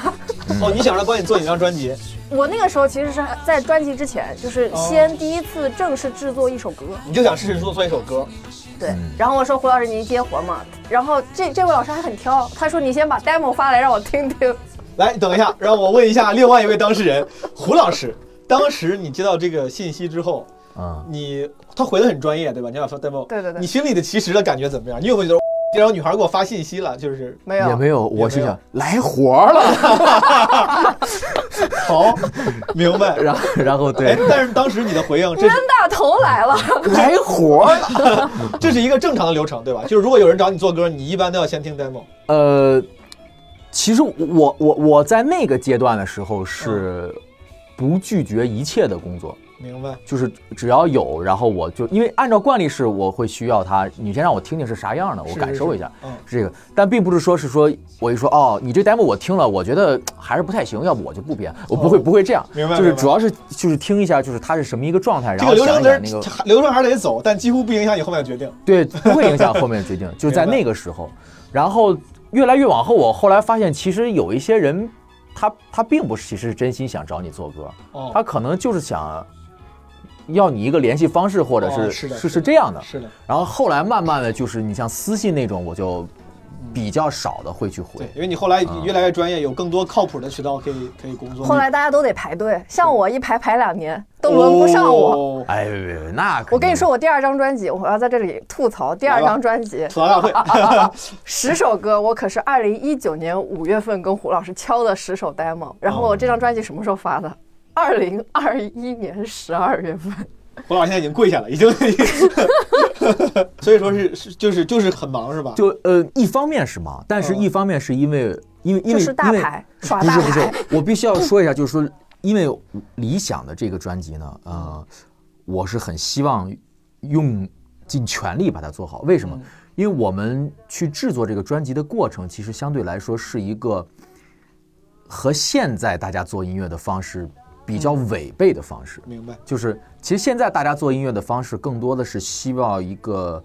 S7: 哦，你想让他帮你做几张专辑？
S2: 我那个时候其实是在专辑之前，就是先第一次正式制作一首歌，
S7: 你就想试试做做一首歌，
S2: 对。然后我说胡老师您接活儿吗？然后这这位老师还很挑，他说你先把 demo 发来让我听听。
S7: 来，等一下，让我问一下另外一位当事人胡老师，当时你接到这个信息之后，
S3: 啊、
S7: 你他回的很专业，对吧？你要说 demo，
S2: 对对对
S7: 你心里的其实的感觉怎么样？你有没有觉得这条女孩给我发信息了？就是
S2: 没有，
S3: 也没有，
S7: 也
S3: 我心
S7: 没有
S3: 想来活儿了，
S7: 好，明白。
S3: 然后然后
S7: 哎
S3: 对，，
S7: 但是当时你的回应，这
S2: 冤
S7: 是
S2: 大头来 了。
S3: 来活儿了。
S7: 这是一个正常的流程，对吧？就是如果有人找你做歌，你一般都要先听 demo。
S3: 呃，其实我我我在那个阶段的时候是不拒绝一切的工作，
S7: 明白，
S3: 就是只要有，然后我就因为按照惯例是我会需要他，你先让我听听是啥样的，我
S7: 是
S3: 感受一下。
S7: 嗯，
S3: 是这个，但并不是说是说我一说哦，你这 demo 我听了，我觉得嘖还是不太行，要不我就不编，我不会、
S7: 哦
S3: 不会这样，
S7: 明白
S3: 就是
S7: 明白
S3: 主要是就是听一下，就是它是什么一个状态，
S7: 这
S3: 然
S7: 个
S3: 后
S7: 流
S3: 想
S7: 程
S3: 一
S7: 得
S3: 想那个
S7: 流程还是得走，但几乎不影响你后面的决定。
S3: 对，不会影响后面的决 定，就是在那个时候。然后越来越往后，我后来发现，其实有一些人，他他并不是其实真心想找你做歌，
S7: 哦，
S3: 他可能就是想要你一个联系方式，或者是、
S7: 哦是的
S3: 是
S7: 是的
S3: 这样的。
S7: 是的，
S3: 然后后来慢慢的就是你像私信那种，我就比较少的会去回
S7: 对，。因为你后来
S3: 嗯
S7: 越来越专业，有更多靠谱的渠道可以可以工作。
S2: 后来大家都得排队，像我一排排两年都轮不上我。
S7: 哦，
S3: 哎，别别别那
S2: 我跟你说，，我第二张专辑，我要在这里吐槽第二张专辑
S7: 吐槽大 会，
S2: 十首歌，我可是二零一九年五月份跟胡老师敲的十首 demo，然后我这张专辑什么时候发的？二零二一年十二月份，
S7: 胡老师现在已经跪下了，已经， 所以说是是就是就是很忙是吧？
S3: 就呃，一方面是忙，但是
S7: 嗯
S3: 一方面是因为因为因
S2: 就
S3: 为
S2: 是大
S3: 因为
S2: 牌耍
S3: 不
S2: 大
S3: 是不是
S2: 牌，，
S3: 我必须要说一下，就是说，因为理想的这个专辑呢，呃，我是很希望用尽全力把它做好。为什么？
S2: 嗯
S3: 因为我们去制作这个专辑的过程，其实相对来说是一个和现在大家做音乐的方式比较违背的方式。
S7: 嗯明白，
S3: 就是，其实现在大家做音乐的方式更多的是希望一个，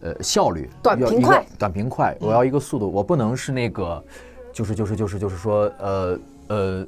S3: 呃，效率，
S2: 短
S3: 要
S2: 平
S3: 一个
S2: 快嗯
S3: 短平快。我要一个速度，我不能是那个，就是就是就是就是说，呃呃，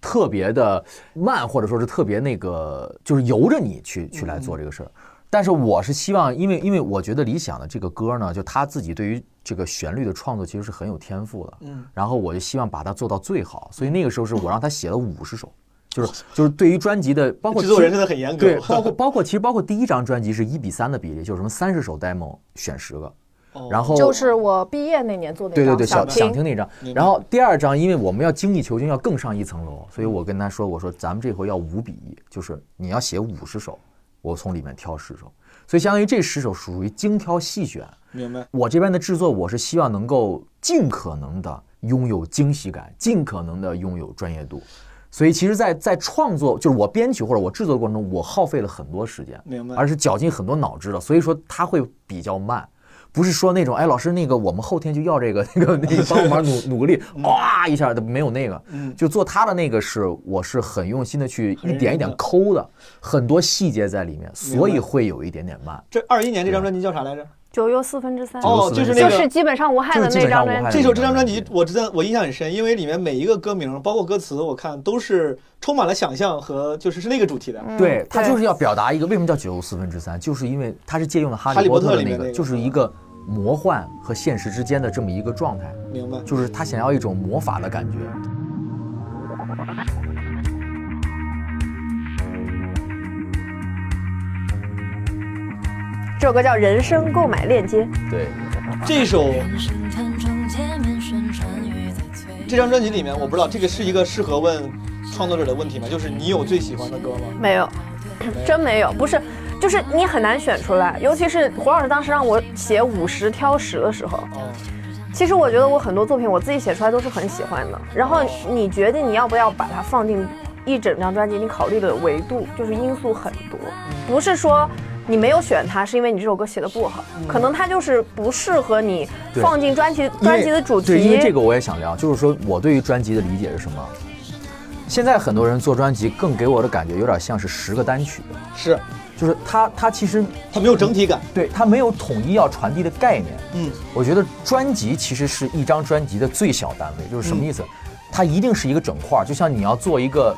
S3: 特别的慢，或者说是特别那个，就是由着你去去
S2: 嗯
S3: 来做这个事儿。但是我是希望，因为因为我觉得理想的这个歌呢，就他自己对于这个旋律的创作其实是很有天赋的，
S1: 嗯，
S3: 然后我就希望把它做到最好，所以
S7: 嗯
S3: 那个时候是我让他 写了五十首，就是就是对于专辑的包括
S7: 制作
S3: 听
S7: 人真的很严格。
S3: 对，包括包括其实包括第一张专辑是一比三的比例，就是什么三十首 demo 选十个，
S7: 哦
S3: 然后
S2: 就是我毕业那年做那
S3: 对对对，
S2: 小
S3: 想想
S2: 听
S3: 听那张
S7: 明。白
S3: 然后第二张，因为我们要精益求精，要更上一层楼，所以我跟他说，我说咱们这回要五比一，就是你要写五十首，我从里面挑十首，所以相当于这十首属于精挑细选。
S7: 明白。
S3: 我这边的制作，我是希望能够尽可能的拥有惊喜感，尽可能的拥有专业度。所以其实在，在创作，就是我编曲或者我制作过程中，我耗费了很多时间，
S7: 明白
S3: 而是绞尽很多脑汁了。所以说，它会比较慢，不是说那种，哎，老师，那个我们后天就要这个，那个那个帮我忙努努 个力，
S7: 嗯
S3: 哇一下的没有那个，就做他的那个是，我是很用心的去一点一点抠的，很多细节在里面，所以会有一点点慢。
S7: 这二一年这张专辑叫啥来着？
S2: 九又四分之三，
S7: 哦，
S3: 94
S7: 就是那
S2: 就
S7: 个
S2: 是基本上无害的
S3: 就是基
S2: 那张
S3: 本上无害
S2: 专
S3: 的
S2: 辑。
S7: 这首这张专辑，我真的我印象很深，因为里面每一个歌名，包括歌词，我看都是充满了想象和就是是那个主题的。
S3: 对
S2: 嗯
S3: 他就是要表达一个为什么叫九又四分之三，就是因为他是借用了《哈
S7: 哈
S3: 利
S7: 利
S3: 波
S7: 波
S3: 特》
S7: 特
S3: 的
S7: 里
S3: 那
S7: 面
S3: 个，
S7: 那个嗯
S3: 就是一个魔幻和现实之间的这么一个状态，
S7: 明白。
S3: 就是他想要一种魔法的感觉。
S2: 这首歌叫《人生购买链接》。
S3: 对，
S7: 这首
S4: 人生看中界面宣传语在催
S7: 这张专辑里面，我不知道这个是一个适合问创作者的问题吗？就是你有最喜欢的歌吗？
S2: 没有，
S3: 嗯
S2: 真没有，不是，就是你很难选出来，尤其是胡老师当时让我写五十挑十的时候，
S7: 哦，
S2: 其实我觉得我很多作品我自己写出来都是很喜欢的，然
S3: 哦
S2: 后你决定你要不要把它放进一整张专辑，你考虑的维度就是因素很多，
S3: 嗯
S2: 不是说。你没有选它，是因为你这首歌写的不好，可能它就是不适合你
S3: 嗯对
S2: 放进专辑
S3: 因为
S2: 专辑的主题。
S3: 对，因为这个我也想聊，就是说我对于专辑的理解是什么？现在很多人做专辑，更给我的感觉有点像是十个单曲，
S7: 是
S3: 就是他他其实
S7: 它没有整体感。
S3: 对他没有统一要传递的概念。
S7: 嗯，
S3: 我觉得专辑其实是一张专辑的最小单位，就
S2: 嗯
S3: 是什么意思？它一定是一个整块儿，就像你要做一个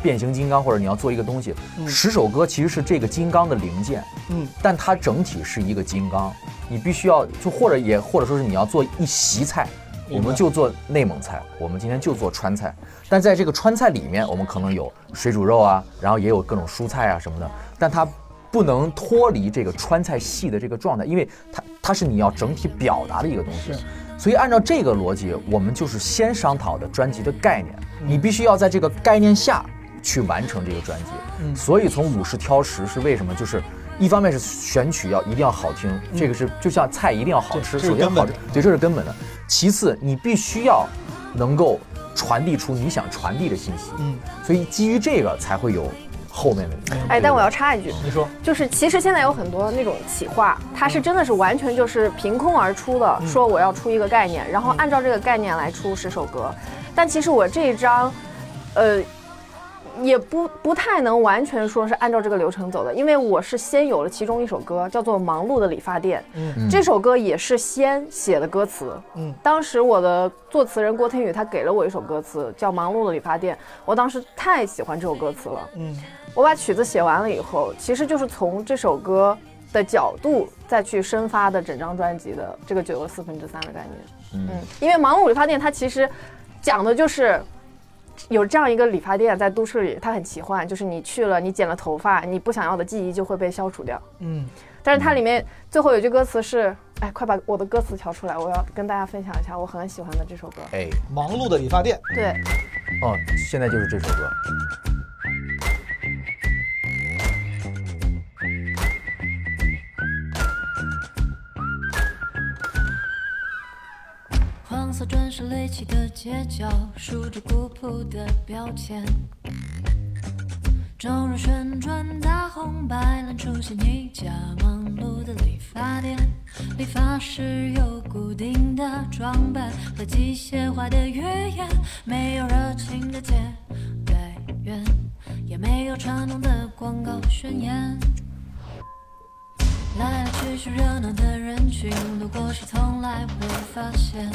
S3: 变形金刚，或者你要做一个东西，十首歌其实是这个金刚的零件，
S7: 嗯，
S3: 但它整体是一个金刚，你必须要就或者也或者说是你要做一席菜。我
S7: 明白
S3: 们就做内蒙菜，我们今天就做川菜，但在这个川菜里面，我们可能有水煮肉啊，然后也有各种蔬菜啊什么的，但它不能脱离这个川菜系的这个状态，因为它它是你要整体表达的一个东西。所以按照这个逻辑，我们就是先商讨的专辑的概念，
S7: 嗯
S3: 你必须要在这个概念下去完成这个专辑。
S7: 嗯
S3: 所以从五十挑十是为什么？就是一方面是选曲要一定要好听，这个是就像菜一定要好吃，
S7: 嗯这是
S3: 首先
S7: 根本
S3: 好
S7: 的
S3: 吃，对，这是根本的。其次，你必须要能够传递出你想传递的信息。
S7: 嗯，
S3: 所以基于这个才会有后面的。
S2: 哎，但我要插一句，
S7: 你说嗯
S2: 就是其实现在有很多那种企划，它是真的是完全就是凭空而出的，说我要出一个概念，然后
S7: 嗯
S2: 按照这个概念来出十首歌。但其实我这一张，呃，也不不太能完全说是按照这个流程走的，因为我是先有了其中一首歌叫做《忙碌的理发店》，这首歌也是先写的歌词。
S7: 嗯
S2: 当时我的作词人郭天宇他给了我一首歌词叫《忙碌的理发店》，我当时太喜欢这首歌词了。
S7: 嗯，
S2: 我把曲子写完了以后，其实就是从这首歌的角度再去深发的整张专辑的这个九又四分之三的概念。嗯，因为《盲目理发店》它其实讲的就是。有这样一个理发店在都市里，它很奇幻，就是你去了，你剪了头发，你不想要的记忆就会被消除掉。
S7: 嗯，
S2: 但是它里面最后有句歌词是：“哎，快把我的歌词调出来，我要跟大家分享一下我很喜欢的这首歌。
S3: 哎，
S7: 忙碌的理发店，”
S2: 对，
S3: 哦，现在就是这首歌。
S4: 黄色砖石垒起的街角，竖着古朴的标签。众人旋转大红白蓝，出现一家忙碌的理发店。理发师有固定的装扮和机械化的语言，没有热情的接待员，也没有传统的广告宣言。来来去去热闹的人群，路过时从来不会发现，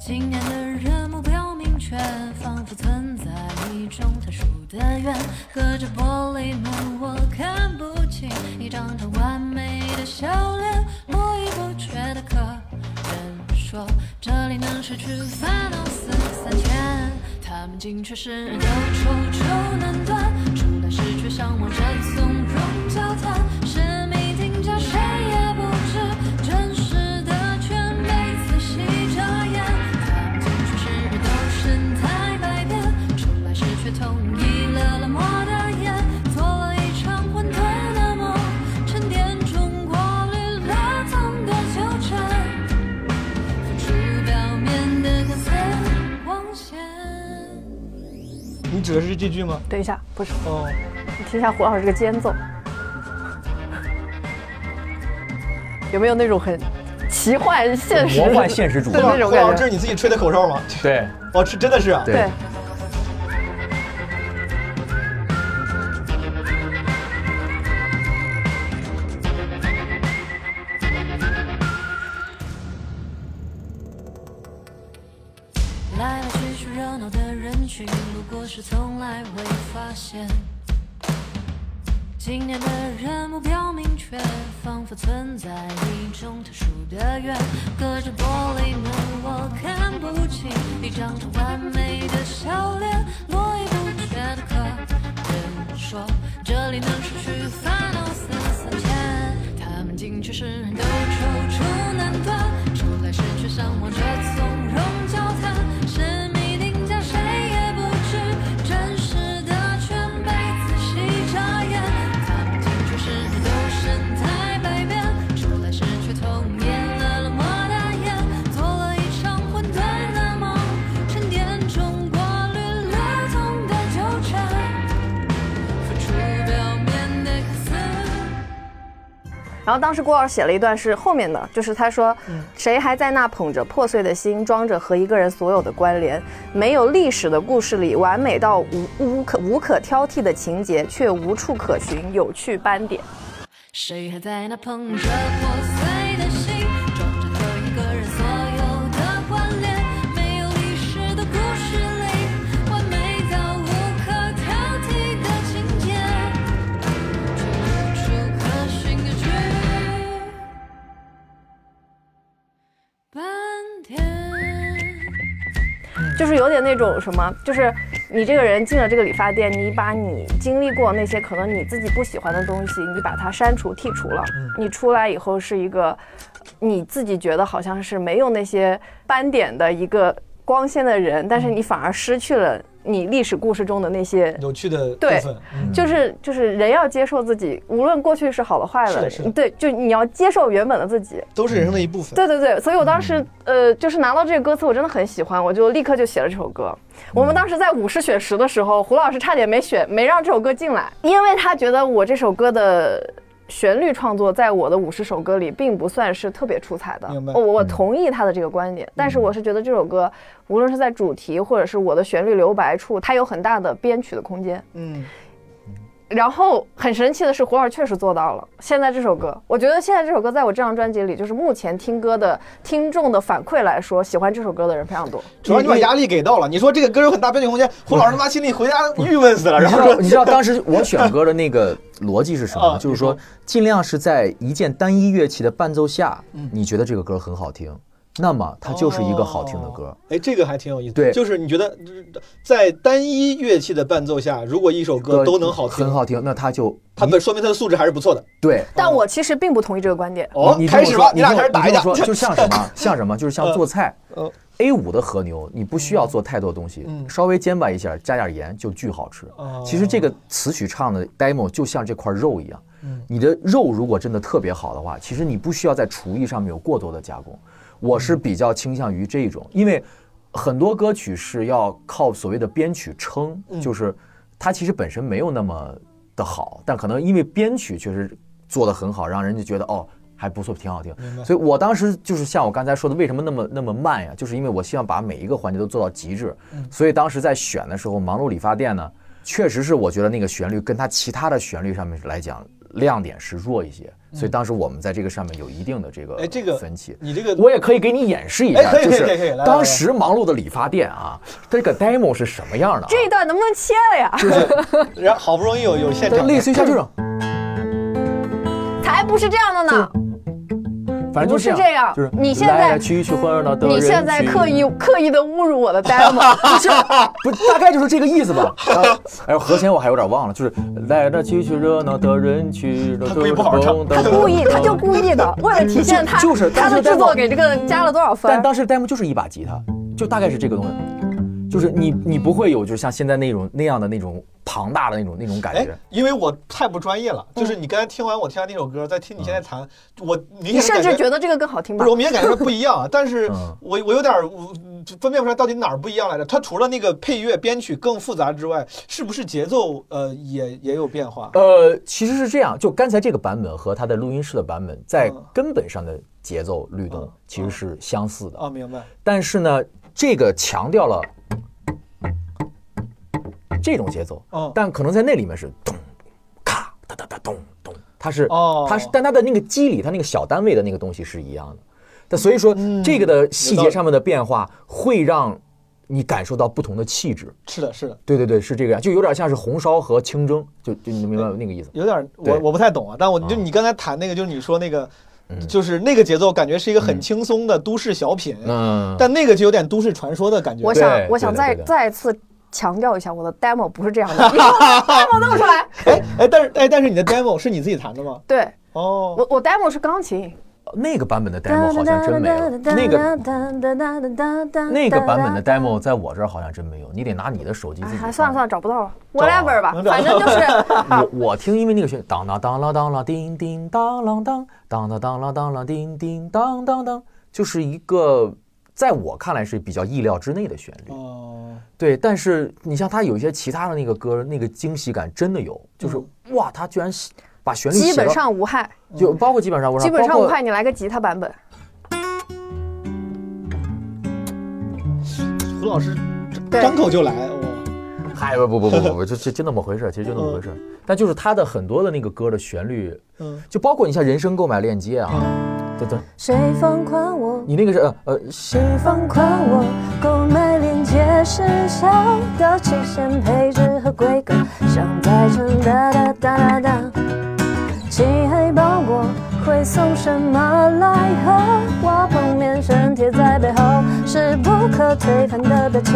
S4: 今年的人目标明确，仿佛存在一种特殊的缘。隔着玻璃门，我看不清一张张完美的笑脸，络绎不绝的客人说，这里能失去烦恼四三千。他们进却是忧愁愁难断，出来时却向往人从容交谈，是没定价，谁也不知真实的全被仔细遮掩。他们进却是都神态百变，出来时却统一了冷漠的眼，做了一场混沌的梦，沉淀中过滤了层的纠缠。付出表面的各色光线。
S7: 你指的是这句吗？
S2: 等一下，不是，
S7: 哦，
S2: 你听一下胡老师这个间奏，有没有那种很奇幻现实、
S3: 魔幻现实主义
S2: 对那种
S7: 胡老
S2: 感
S7: 师，这
S2: 觉？
S7: 是你自己吹的口哨吗？
S3: 对
S7: 哦，是真的是啊。
S3: 对，
S4: 来来去去热闹的人群，路过时从来未发现。今年的人目标明确，仿佛存在一种特殊的缘。隔着玻璃门，我看不清一张张完美的笑脸，络绎不绝的客人说，这里能失去烦恼四三千。他们进去时都踌躇难断，出来时却向往着从容交谈，是没定价，谁也不知真实的全被仔细遮掩。他们进去时都神态百变，出来时却统一了冷漠的眼，做了一场混沌的梦，沉淀中过滤了痛的纠缠，付出表面的各色。
S2: 然后当时郭老师写了一段是后面的，就是他说，
S3: 嗯
S2: 谁还在那捧着破碎的心，装着和一个人所有的关联？没有历史的故事里，完美到无无可无可挑剔的情节，却无处可寻有趣斑点。
S4: 谁还在那捧着破碎的心，装着和一个人所有的关联？没有历史的故事里，完美到无可挑剔的情节，却无处可寻的剧斑点。
S2: 就是有点那种什么，就是你这个人进了这个理发店，你把你经历过那些可能你自己不喜欢的东西，你把它删除剔除了，
S7: 嗯
S2: 你出来以后是一个你自己觉得好像是没有那些斑点的一个光鲜的人，但是你反而失去了你历史故事中的那些。
S7: 有趣的嗯部
S2: 对
S7: 分，嗯
S2: 就是就是人要接受自己，无论过去是好了坏
S7: 是
S2: 了
S7: 的是的，
S2: 对，就你要接受原本的自己。
S7: 都是人生的一部分。
S2: 对对对，所以我当时、
S7: 嗯
S2: 呃，就是拿到这个歌词，我真的很喜欢，我就立刻就写了这首歌。
S7: 嗯
S2: 我们当时在五十选十的时候，胡老师差点没选，没让这首歌进来，因为他觉得我这首歌的。旋律创作在我的五十首歌里并不算是特别出彩的，
S7: 明白嗯
S2: 我我同意他的这个观点，但是我是觉得这首歌无论是在主题或者是我的旋律留白处，它有很大的编曲的空间。
S7: 嗯，
S2: 然后很神奇的是，胡老师确实做到了。现在这首歌，我觉得现在这首歌在我这张专辑里，就是目前听歌的听众的反馈来说，喜欢这首歌的人非常多。
S7: 主要你把压力给到了。你说这个歌有很大编曲空间，胡老师他妈心里回家郁闷死了。
S3: 你
S7: 啊然
S3: 知
S7: 后
S3: 道，
S7: 说
S3: 你知道当时我选歌的那个逻辑是什么
S7: 啊
S3: 吗？就是说
S7: 你，
S3: 尽量是在一件单一乐器的伴奏下，
S7: 嗯
S3: 你觉得这个歌很好听，那么它 就是一个好听的歌。。
S7: 哎，这个还挺有意思。
S3: 对
S7: 就是你觉得呃在单一乐器的伴奏下，如果一首歌都能好听，
S3: 很好听，那它就
S7: 它本说明它的素质还是不错的。
S3: 对。
S2: 但我其实并不同意这个观点。
S7: 哦
S3: 你，
S7: 开始吧，
S3: 你
S7: 俩开始打一架
S3: 架。。就像什么，像什么，就是像做菜
S7: 嗯。
S3: A 五的和牛，你不需要做太多东西，
S7: 嗯
S3: 稍微煎吧一下，加点盐就巨好吃。
S7: 哦
S3: 其实这个词曲唱的 demo 就像这块肉一样，
S7: 嗯
S3: 你的肉如果真的特别好的话，其实你不需要在厨艺上面有过多的加工。我是
S7: 嗯
S3: 比较倾向于这种，因为很多歌曲是要靠所谓的编曲撑，
S7: 嗯
S3: 就是它其实本身没有那么的好，但可能因为编曲确实做得很好，让人家觉得哦还不错，挺好听。所以我当时就是像我刚才说的，为什么那么那么慢呀？就是因为我希望把每一个环节都做到极致。
S7: 嗯
S3: 所以当时在选的时候，《忙碌理发店》呢，确实是我觉得那个旋律跟它其他的旋律上面来讲，亮点是弱一些。所以当时我们在这个上面有一定的这个
S7: 嗯哎这个
S3: 分歧。
S7: 你这个
S3: 我也可以给你演示一
S7: 哎
S3: 下，
S7: 可以
S3: 就
S7: 可以可以可以
S3: 是
S7: 来来
S3: 当时忙碌的理发店啊，这个 demo 是什么样的啊？
S2: 这一段能不能切了 呀？
S7: 对，然后好不容易有有现
S3: 对
S7: 场
S3: 类似于像这种，
S2: 才不是这样的呢！
S3: 反正就
S2: 嗯不是这样
S3: 就是
S2: 你现
S3: 来
S2: 在
S3: 来去去欢热闹的人
S2: 你
S3: 群，
S2: 现在刻意刻意的侮辱我的 demo，
S3: 不是，不是，大概就是这个意思吧。 啊哎呦，和弦我还有点忘了，就是来来去去热闹的人群，
S7: 他故意不好唱
S2: 他故意，啊他就故意的，为了体现他
S3: 就是
S2: 他
S3: 但是
S2: 的制
S3: demo-
S2: 作给这个加了多少分
S3: 但？当时 demo 就是一把吉他，就大概是这个东西，就是你你不会有就是像现在那种那样的那种庞大的那种那种感
S7: 哎
S3: 觉。，嗯
S7: 因为我太不专业了，就是你刚才听完我听完那首歌，再听你现在弹，我明
S2: 你
S7: 显地感
S2: 甚至
S7: 觉
S2: 觉得这个更好听
S7: 不
S2: 吧
S7: 是，我？明显感觉不一样啊。但是
S3: 嗯
S7: 我我有点儿我就分辨不出来到底哪儿不一样来着。它除了那个配乐编曲更复杂之外，是不是节奏呃也也有变化？
S3: 呃，其实是这样，就刚才这个版本和它的录音室的版本，在
S7: 嗯
S3: 根本上的节奏律动
S7: 嗯
S3: 其实是相似的。
S7: 啊，明白。
S3: 但是呢，这个强调了这种节奏，
S7: 嗯
S3: 但可能在那里面是咚咔哒哒哒咚咚，它是、
S7: 哦
S3: 它是，但它的那个机理，它那个小单位的那个东西是一样的。但所以说，
S7: 嗯
S3: 这个的细节上面的变化会让你感受到不同的气质。
S7: 是的，是的，
S3: 对对对，是这个样，就有点像是红烧和清蒸，就就你能明白那个意思。
S7: 有点儿我
S3: 对嗯
S7: 我不太懂啊。但我就你刚才弹那个，就是你说那个，就是那个节奏，感觉是一个很轻松的都市小品，
S3: 嗯，
S7: 但那个就有点都市传说的感觉。
S2: 我
S3: 对
S2: 想
S3: 对
S2: 我想
S3: 对
S2: 再
S3: 对
S2: 再次强调一下，我的 demo 不是这样 的，你给我把 demo 弄出来。
S7: 哎哎，但是哎，但是你的 demo 是你自己弹的吗？
S2: 对
S7: 哦，
S2: 我我 demo 是钢琴，
S3: 那个版本的 demo 好像真没有，那个那个版本的 demo 在我这儿好像真没有，你得拿你的手机自
S2: 哎，
S3: 己
S2: 还
S3: 放。
S2: 算了算了，找不到了
S3: 找啊
S2: ，whatever 吧
S7: 能，找
S2: 反正就是
S3: 我我听，因为那个旋当当当啷当啷叮叮当啷当当当当啷当啷叮叮当当当，就是一个在我看来是比较意料之内的旋律。
S7: 哦，
S3: 对，但是你像他有一些其他的那个歌，那个惊喜感真的有，就是哇，他居然写把旋律
S2: 基
S3: 写
S2: 本
S3: 到
S2: 上无害，
S3: 就包括基本上我
S2: 基本
S3: 包
S2: 上无
S3: 括
S2: 害。你来个吉他版本，
S7: 胡老师
S2: 对
S7: 张口就来，我
S3: 嗨，哎不不不不不，就就就那么回事儿，其实就那么回事儿。但就是他的很多的那个歌的旋律，
S7: 嗯，
S3: 就包括你像人生购买链接啊，对对，
S4: 谁放宽我？
S3: 你那个是呃呃谁
S4: 放宽我，购买链接时效的期限、配置和规格，想改成哒哒哒哒哒。漆黑包裹会送什么来和我碰面？身贴在背后是不可推翻的标签。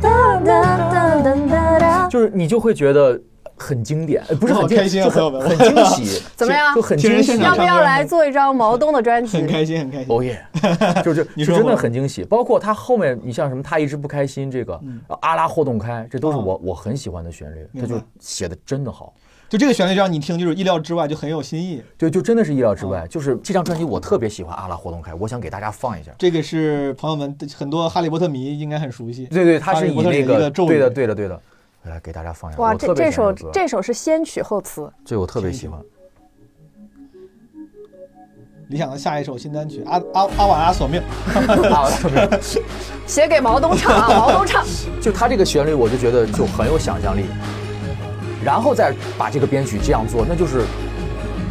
S4: 哒哒哒哒哒哒。
S3: 就是你就会觉得很经典，呃不是
S7: 我好
S3: 很经
S7: 开心啊
S3: 就
S7: 朋友们
S3: 很很 惊喜，
S2: 怎么样
S3: 就很
S7: 听人
S3: 惊喜
S7: 现。
S2: 要
S7: 场
S2: 不要来做一张毛东的专
S7: 很
S2: 辑？
S7: 开心，很开心。
S3: 哦耶，就就
S7: 你
S3: 就
S7: 说
S3: 真
S7: 我
S3: 的很惊喜。包括他后面，你像什么，他一直不开心，这个呃阿拉霍动开，这都是我我很喜欢的旋律，
S7: 嗯明
S3: 他
S7: 白
S3: 就写的真的好。
S7: 就这个旋律让你听，就是意料之外，就很有新意。
S3: 对，就真的是意料之
S7: 嗯
S3: 外。就是这张专辑，我特别喜欢《阿拉霍动开》，我想给大家放一下。
S7: 这个是朋友们很多哈利波特迷应该很熟悉。
S3: 对对，它
S7: 哈利
S3: 是以
S7: 波特里
S3: 那
S7: 的一
S3: 个
S7: 个咒语
S3: 对的对的对的，来给大家放一下。
S2: 哇，
S3: 我
S2: 这
S3: 特别
S2: 这
S3: 喜欢
S2: 首
S3: 歌
S2: 这首是先曲后词，
S3: 这我特别喜欢。
S7: 理想的下一首新单曲《阿阿阿瓦拉索命》，
S3: 啊特别
S2: 写给毛东唱啊，毛东唱。
S3: 就他这个旋律，我就觉得就很有想象力，然后再把这个编曲这样做，那就是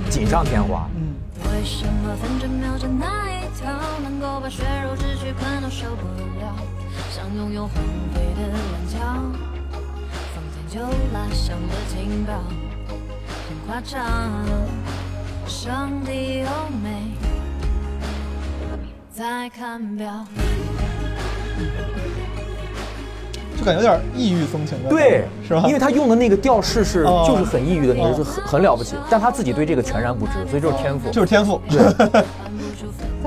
S3: 锦上添花。
S7: 嗯
S4: 为什么分针秒针那一条能够把血肉之躯困到受不了？想拥有荒废的棱角，放天就拉响的警报，很夸张。上帝优美，在看表。
S7: 就感觉有点异域风情的，
S3: 对，
S7: 是吧？
S3: 因为他用的那个调式是
S7: 哦
S3: 就是很抑郁的那个，就很很了不起，但他自己对这个全然不知，所以就是天赋。
S7: 就是天赋，
S2: 在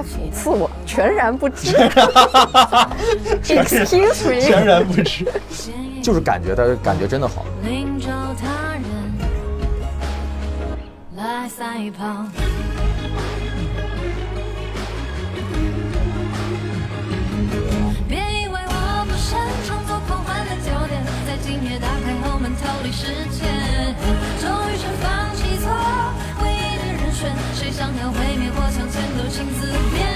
S2: 讽刺我，全然不知。Excuse
S7: 全
S2: me，
S7: 然不知。
S3: 就是感觉，但是感觉真的好。
S4: 领着他人来赛跑。别以为我不擅长做狂欢的焦点，在今夜打开后门逃离世界，终于是放弃错唯一的人选，谁想要毁灭或向前都请自便。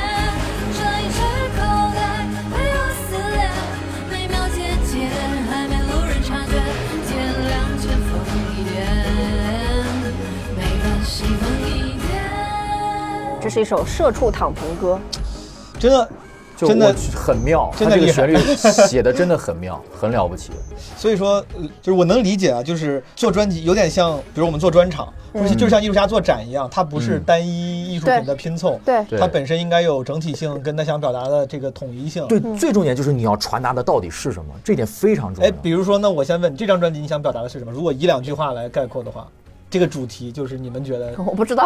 S4: 这一只口袋被我撕裂，每秒节俭，还没路人察觉，天亮前疯一点，没关系，疯一
S2: 这是一首社畜躺平歌。
S7: 真的，
S3: 就
S7: 真的
S3: 我很妙，
S7: 真
S3: 它
S7: 的
S3: 这个
S7: 厉害
S3: 旋律写的真的很妙，很了不起。
S7: 所以说，呃就是我能理解啊，就是做专辑有点像，比如我们做专场，或者是就是像艺术家做展一样，它不是
S3: 嗯
S7: 单一艺术品的拼凑，
S2: 对
S3: 对
S7: 它本身应该有整体性，跟他想表达的这个统一性。
S3: 对，，最重点就是你要传达的到底是什么，这点非常重
S7: 哎，
S3: 要。
S7: 比如说，那我先问，这张专辑你想表达的是什么？如果以两句话来概括的话，这个主题就是你们觉得
S2: 我不知道，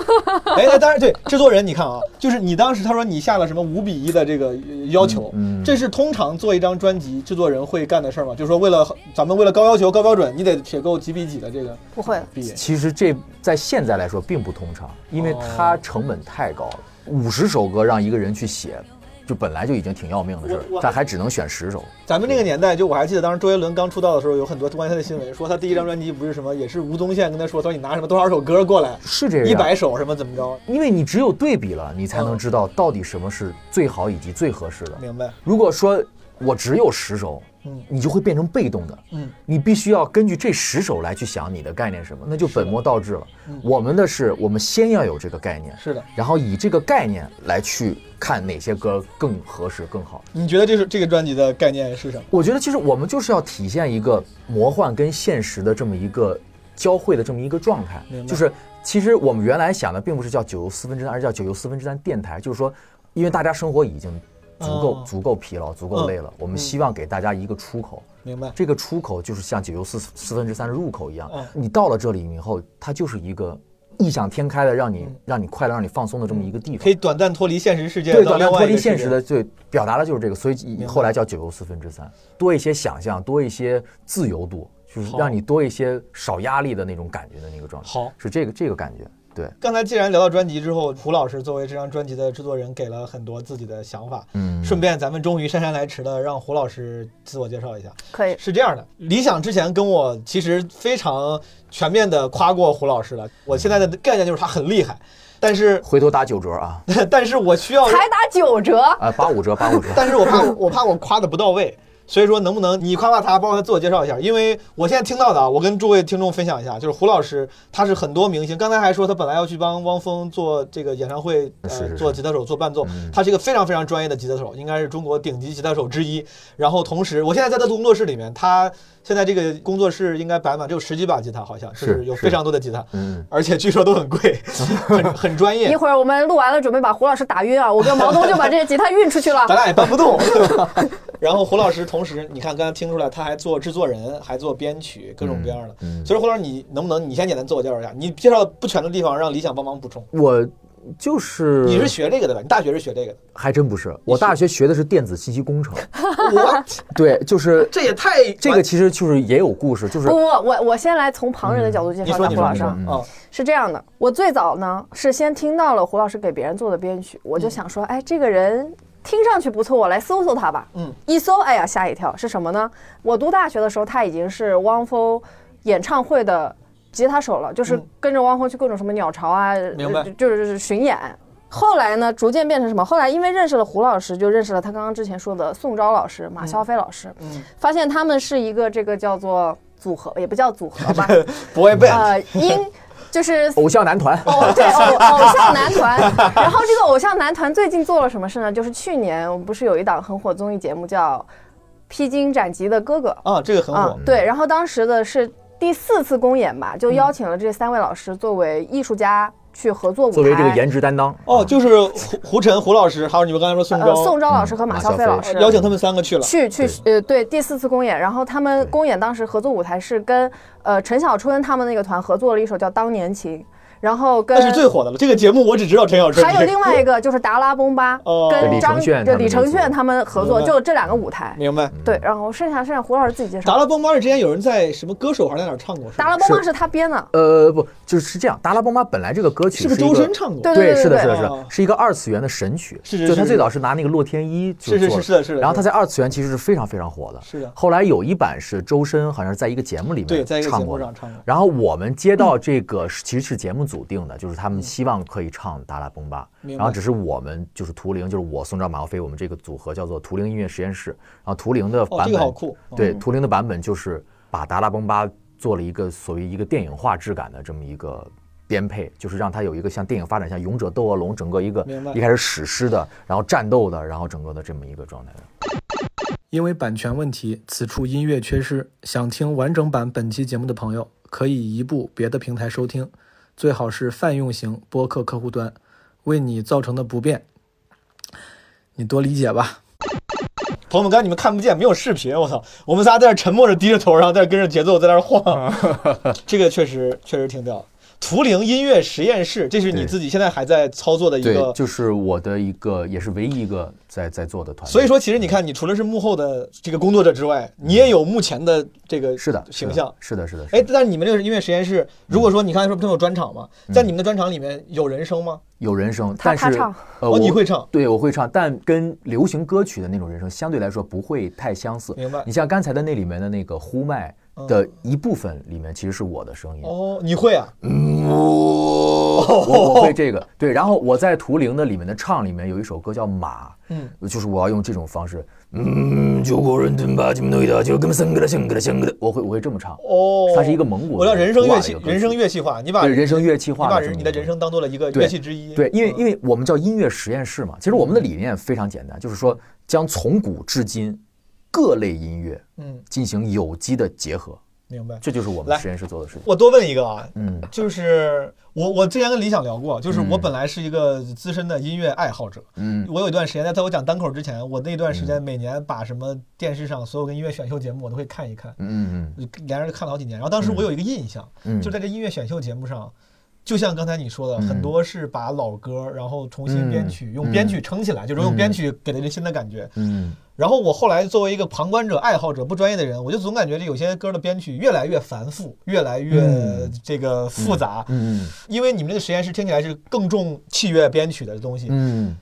S7: 哎，那当然对，制作人你看啊，就是你当时他说你下了什么五比一的这个呃要求，
S3: 嗯嗯
S7: 这是通常做一张专辑制作人会干的事儿吗？就是说为了咱们为了高要求高标准，你得写够几比几的这个
S2: 不会了。
S7: 比。哦
S3: 其实这在现在来说并不通常，因为它成本太高了，五十首歌让一个人去写，就本来就已经挺要命的事儿
S7: 我我，
S3: 但还只能选十首。
S7: 咱们那个年代，就我还记得当时周杰伦刚出道的时候，有很多关于他的新闻，说他第一张专辑不是什么，也是吴宗宪跟他说，他说你拿什么多少首歌过来，
S3: 是这样，
S7: 一百首什么怎么着？
S3: 因为你只有对比了，你才能
S7: 嗯
S3: 知道到底什么是最好以及最合适的。
S7: 明白？
S3: 如果说我只有十首，
S7: 嗯
S3: 你就会变成被动的，
S7: 嗯，
S3: 你必须要根据这十首来去想你的概念是什么，那就本末倒置了。我们的是，我们先要有这个概念，
S7: 嗯是的。
S3: 然后以这个概念来去看哪些歌更合适、更好。
S7: 你觉得这是这个专辑的概念是什么？
S3: 我觉得其实我们就是要体现一个魔幻跟现实的这么一个交汇的这么一个状态
S7: 明，白
S3: 就是其实我们原来想的并不是叫九又四分之三，而是叫九又四分之三电台，就是说，因为大家生活已经足够、
S7: 哦嗯
S3: 足够疲劳、足够累了，我们希望给大家一个出口。
S7: 明白？
S3: 这个出口就是像九又四四分之三的入口一样
S7: 嗯，
S3: 你到了这里以后，它就是一个异想天开的，让你
S7: 嗯
S3: 让你快乐、让你放松的这么一个地方。
S7: 可以短暂脱离现实世界，
S3: 对，
S7: 到
S3: 短
S7: 另
S3: 暂
S7: 外
S3: 脱
S7: 一
S3: 离
S7: 个
S3: 现
S7: 世
S3: 实
S7: 界
S3: 的，对，表达的就是这个，所以以
S7: 明白
S3: 后来叫九又四分之三，多一些想象，多一些自由度，就是
S7: 好
S3: 让你多一些少压力的那种感觉的那个状态，
S7: 好。
S3: 是这个这个感觉，对，
S7: 刚才既然聊到专辑之后，胡老师作为这张专辑的制作人，给了很多自己的想法。
S3: 嗯
S7: 顺便，咱们终于姗姗来迟的让胡老师自我介绍一下。
S2: 可以，
S7: 是这样的，理想之前跟我其实非常全面的夸过胡老师了。我现在的概念就是他很厉害，但是
S3: 回头打九折啊，
S7: 但是我需要，，
S2: 才打九折，
S3: 啊，八五折，八五折
S7: 但是我怕我怕我夸的不到位。所以说，能不能你夸夸他，包括他自我介绍一下？因为我现在听到的啊，我跟诸位听众分享一下，就是胡老师，他是很多明星。刚才还说他本来要去帮汪峰做这个演唱会，呃，
S3: 是是是
S7: 做吉他手、做伴奏，
S3: 嗯
S7: 他是一个非常非常专业的吉他手，应该是中国顶级吉他手之一。然后同时，我现在在他的工作室里面，他现在这个工作室应该摆满只有十几把吉他，好像就是
S3: 是
S7: 有
S3: 是
S7: 非常多的吉他，
S3: 嗯，
S7: 而且据说都很贵， 很很专业
S2: 一。会儿我们录完了，准备把胡老师打晕啊！我跟毛东就把这些吉他运出去 了
S7: 咱。俩也搬不 动。 然后胡老师同时，你看刚才听出来，他还做制作人，还做编曲，各种各样的。
S3: 嗯嗯
S7: 所以胡老师，你能不能你先简单自我介绍一下？你介绍的不全的地方，让理想帮忙补充。
S3: 我就是
S7: 你是学这个的吧？你大学是学这个的？
S3: 还真不是，我大学学的是电子信息工程，
S7: 我
S3: 对，就是
S7: 这也哦太
S3: 这个其实就是也有故事，就是
S2: 不不，我我先来从旁人的角度介
S7: 你
S2: 绍一
S7: 说
S2: 下
S7: 你
S2: 胡
S7: 说
S2: 老
S7: 你
S2: 师
S7: 说
S2: 啊。
S7: 啊，
S2: 是这样的，我最早呢是先听到了胡老师给别人做的编曲，我
S7: 嗯
S2: 就想说，哎，这个人听上去不错，我来搜搜他吧。
S7: 嗯，
S2: 一搜，哎呀，吓一跳，是什么呢？我读大学的时候，他已经是汪峰演唱会的吉他手了，就是
S7: 嗯
S2: 跟着汪峰去各种什么鸟巢啊，
S7: 明白
S2: 呃就是巡演。后来呢，逐渐变成什么？后来因为认识了胡老师，就认识了他刚刚之前说的宋昭老师、马肖飞老师，
S7: 嗯
S2: 发现他们是一个这个叫做组合，也不叫组合 吧，
S7: 不会背。
S2: 呃，音就是
S3: 偶像男
S7: 哦
S3: 团，
S2: 偶对偶偶像男团，然后这个偶像男团最近做了什么事呢？就是去年我们不是有一档很火综艺节目叫《披荆斩棘的哥哥》
S7: 啊，这个很
S2: 啊
S7: 火，，
S2: 对，然后当时的是第四次公演吧，就邀请了这三位老师作为艺术家去合作舞台，
S3: 作为这个颜值担当，
S7: 哦，就是胡胡晨、胡老师，还有你们刚才说宋
S2: 呃
S7: 昭，
S2: 宋昭老师和马
S3: 马
S2: 肖
S3: 肖
S2: 飞
S3: 飞
S2: 老师
S7: 邀请他们三个去了。
S2: 去去呃对第四次公演，然后他们
S3: 对
S2: 公演当时合作舞台是跟呃陈小春他们那个团合作了一首叫《当年情》，然后跟
S7: 那是最火的了。这个节目我只知道陈小春，
S2: 还有另外一个就是达拉崩巴
S7: 哦
S2: 跟张
S3: 李承铉
S2: 对
S3: 他们
S2: 李承铉他们合作，
S7: 明白
S2: 就这两个舞台。
S7: 明
S3: 嗯
S7: 白。
S2: 对，然后剩下剩下胡老师自己介
S7: 达
S2: 绍。
S7: 拉崩巴是之前有人在什么歌手还是在哪儿唱过？是吧
S2: 达拉崩巴是他编的，
S3: 呃，不，就是是这样，《达拉崩吧》本来这个歌曲
S7: 是不是
S3: 一
S7: 周深唱过？
S2: 对
S3: 对是的，
S2: 对
S3: 是的，是
S7: 哦
S3: 的，是一个二次元的神曲。
S7: 是是
S3: 就是他
S7: 是
S3: 最早是拿那个洛天依就是
S7: 是
S3: 做
S7: 是是的是的
S3: 然后
S7: 是的
S3: 他在二次元其实是非常非常火的。
S7: 是的
S3: 后来有一版是周深，好像是在一个节目里
S7: 对
S3: 面
S7: 在一个节
S3: 唱
S7: 目
S3: 过
S7: 上嗯
S3: 的。
S7: 唱过。
S3: 然后我们接到这个是其实是节目组定的，就是他们希望可以唱《达拉崩吧》，
S7: 嗯明白
S3: 然后只是我们就是图灵，就是我宋昭马耀飞我们这个组合叫做图灵音乐实验室，然后图灵的
S7: 哦，
S3: 版
S7: 这个好
S3: 本
S7: 酷。哦
S3: 对，图灵的版本就是把《达拉崩吧》做了一个所谓一个电影化质感的这么一个编配，就是让它有一个像电影发展像《勇者斗恶龙》整个一个
S7: 明白
S3: 一开始史诗的，然后战斗的，然后整个的这么一个状态的。
S1: 因为版权问题，此处音乐缺失。想听完整版本期节目的朋友，可以移步别的平台收听，最好是泛用型播客客户端。为你造成的不便，你多理解吧。
S7: 朋友们，刚才你们看不见，没有视频，我操！我们仨在这沉默着低着头，然后在这跟着节奏在那儿晃， 这个确实确实挺屌。图灵音乐实验室，这是你
S3: 对
S7: 自己现在还在操作的一
S3: 对，
S7: 个。
S3: 就是我的一个，也是唯一一个在在做的团队。
S7: 所以说，其实你看，你除了是幕后的这个工作者之外，你也有幕前的这个
S3: 是的，是
S7: 形
S3: 的
S7: 象。
S3: 是的，是的。是
S7: 哎
S3: 的，
S7: 但是你们这个音乐实验室，如果说你刚才说不都有专场吗？
S3: 嗯
S7: 在你们的专场里面有人声吗？
S3: 有人声，
S2: 他
S3: 但
S2: 他
S3: 是
S2: 唱
S3: 呃，
S7: 哦，
S3: 我
S7: 你会唱，
S3: 对，我会唱，但跟流行歌曲的那种人声相对来说不会太相似。
S7: 明白嗯
S3: 你像刚才的那里面的那个呼麦的一部分里面，其实是我的声音。
S7: 哦，你会啊？
S3: 我我
S7: 哦
S3: 会这个，对。然后我在图灵的里面的唱里面有一首歌叫《马》，
S7: 嗯，
S3: 就是我要用这种方式，
S5: 음, 조고른 둔바 집 너희다 조금 생그라 생그라 생그라
S3: 我会我会这么唱。
S7: 哦，
S3: 它是一个蒙古
S7: 我
S3: 的
S7: 知道人声
S3: 图瓦
S7: 乐
S3: 的一
S7: 器
S3: 个，歌
S7: 人声
S3: 曲
S7: 乐器化，你把
S3: 对人声乐器化
S7: 你把
S3: 的这
S7: 人
S3: 么
S7: 你
S3: 一
S7: 的
S3: 个
S7: 人声当做了一个
S3: 对
S7: 乐器之一。
S3: 对，因为
S7: 嗯
S3: 因为我们叫音乐实验室嘛，其实我们的理念非常简单，就是说将从古至今各类音乐
S7: 嗯，
S3: 进行有机的结合，
S7: 明白。
S3: 这就是我
S7: 来
S3: 们实验室做的事情。
S7: 我多问一个啊，
S3: 嗯，
S7: 就是我我之前跟李想聊过，就是我
S3: 嗯
S7: 本来是一个资深的音乐爱好者，
S3: 嗯，
S7: 我有一段时间在在我讲单口之前，我那段时间每年把什么电视上所有跟音乐选秀节目我都会看一看，
S3: 嗯嗯
S7: 连着看了好几年。然后当时我有一个印象，
S3: 嗯，
S7: 就在这音乐选秀节目上。就像刚才你说的，
S3: 嗯
S7: 很多是把老歌，然后重新编曲，
S3: 嗯
S7: 用编曲撑起来，就是用
S3: 嗯
S7: 编曲给了人新的感觉。
S3: 嗯
S7: 然后我后来作为一个旁观者、爱好者、不专业的人，我就总感觉这有些歌的编曲越来越繁复，越来越
S3: 嗯
S7: 这个复杂。
S3: 嗯
S7: 因为你们这个实验室听起来是更重器乐编曲的东西，
S3: 嗯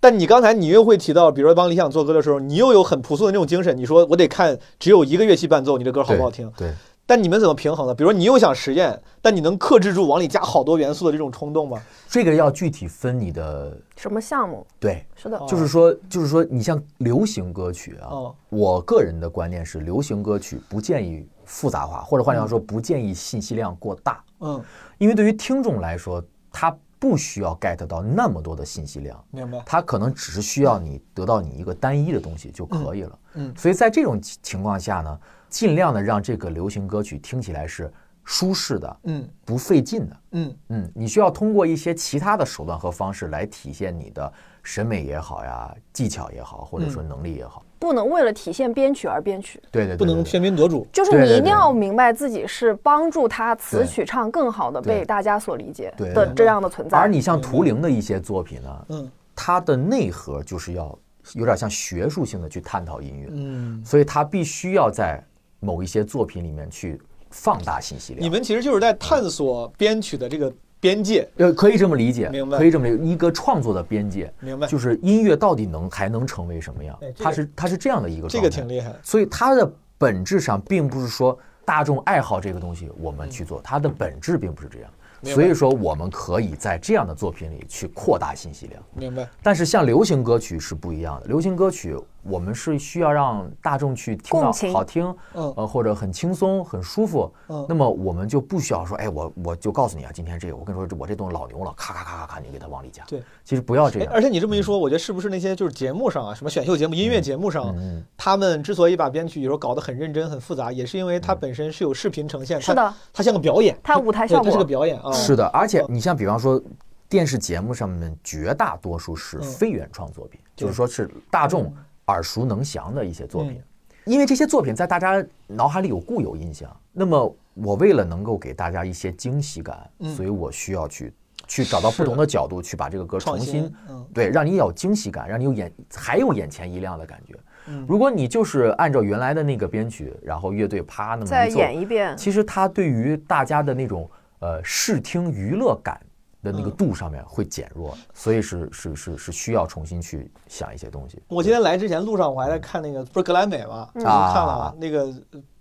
S7: 但你刚才你又会提到，比如说帮理想做歌的时候，你又有很朴素的那种精神，你说我得看只有一个乐器伴奏，你这歌好不好听？啊
S3: 对，
S7: 但你们怎么平衡呢？比如说你又想实验，但你能克制住往里加好多元素的这种冲动吗？
S3: 这个要具体分你的
S2: 什么项目？
S3: 对。
S2: 是的，
S3: 就是说，就是说，你像流行歌曲啊，
S7: 哦
S3: 我个人的观念是，流行歌曲不建议复杂化，或者换句话说，不建议信息量过大。
S7: 嗯，
S3: 因为对于听众来说，他不需要 get 到那么多的信息量，
S7: 明白。
S3: 他可能只是需要你得到你一个单一的东西就可以了。
S7: 嗯嗯
S3: 所以在这种情情况下呢，尽量的让这个流行歌曲听起来是舒适的，
S7: 嗯
S3: 不费劲的。
S7: 嗯
S3: 嗯，你需要通过一些其他的手段和方式来体现你的审美也好呀、技巧也好，或者说能力也好。
S2: 不能为了体现编曲而编曲，
S3: 对对对对对，
S7: 嗯不能喧宾夺主。
S2: 就是
S3: 对
S2: 你
S3: 对
S2: 一定
S3: 对
S2: 要明白自己是帮助他词
S3: 对
S2: 曲唱更好的
S3: 对
S2: 被大家所理解
S3: 对
S2: 的
S3: 对
S2: 这样的存在。
S3: 而你像图灵的一些作品呢，
S7: 嗯
S3: 它的内核就是要有点像学术性的去探讨音乐，
S7: 嗯，
S3: 所以它必须要在某一些作品里面去放大信息量。
S7: 你们其实就是在探索编曲的这个边界。
S3: 呃，可以这么理解，
S7: 明白
S3: 可以这么理解，一个创作的边界，
S7: 明白
S3: 就是音乐到底能还能成为什么样
S7: 哎这？个
S3: 它是它是这样的一个
S7: 这
S3: 状
S7: 个
S3: 态，
S7: 挺厉害的
S3: 所以它的本质上并不是说大众爱好这个东西我们去做，它的本质并不是这样。
S7: 明白
S3: 所以说，我们可以在这样的作品里去扩大信息量。
S7: 明白。
S3: 但是像流行歌曲是不一样的，流行歌曲我们是需要让大众去听到
S2: 共情
S3: 好听，
S7: 嗯
S3: 呃或者很轻松、很舒服。
S7: 嗯
S3: 那么我们就不需要说，哎，我我就告诉你啊，今天这个我跟你说，我这东西老牛了，咔咔咔咔咔，你给它往里加。
S7: 对，
S3: 其实不要这
S7: 哎
S3: 样，
S7: 而且你这么一说，我觉得是不是那些就是节目上啊，什么选秀节目、音
S3: 嗯
S7: 乐节目上，他们之所以把编曲有时候搞得很认真、很复杂，也是因为
S3: 嗯
S7: 它本身是有视频呈现，
S2: 是的
S7: 它，它像个表演，
S2: 它舞台
S7: 对
S2: 效
S7: 它是个
S2: 果，
S7: 表演啊。
S3: 是的。而且你像比方说。电视节目上面绝大多
S7: 嗯
S3: 数是非原创作品，就是说是大众耳熟能详的一些作品，因为这些作品在大家脑海里有固有印象。
S7: 嗯
S3: 那么我为了能够给大家一些惊喜感，
S7: 嗯
S3: 所以我需要去去找到不同的角度去把这个歌重
S7: 创
S3: 新
S7: 新嗯
S3: 对，让你有惊喜感，让你有眼还有眼前一亮的感觉。
S7: 嗯
S3: 如果你就是按照原来的那个编曲，然后乐队啪那么
S2: 再
S3: 一做
S2: 演一遍。
S3: 其实它对于大家的那种呃视听娱乐感的那个
S7: 嗯
S3: 度上面会减弱，所以是是是是需要重新去想一些东西。
S7: 我今天来之前路上我还在看那个，不是格莱美嘛，
S2: 嗯
S7: 我
S3: 啊
S7: 看了啊那个。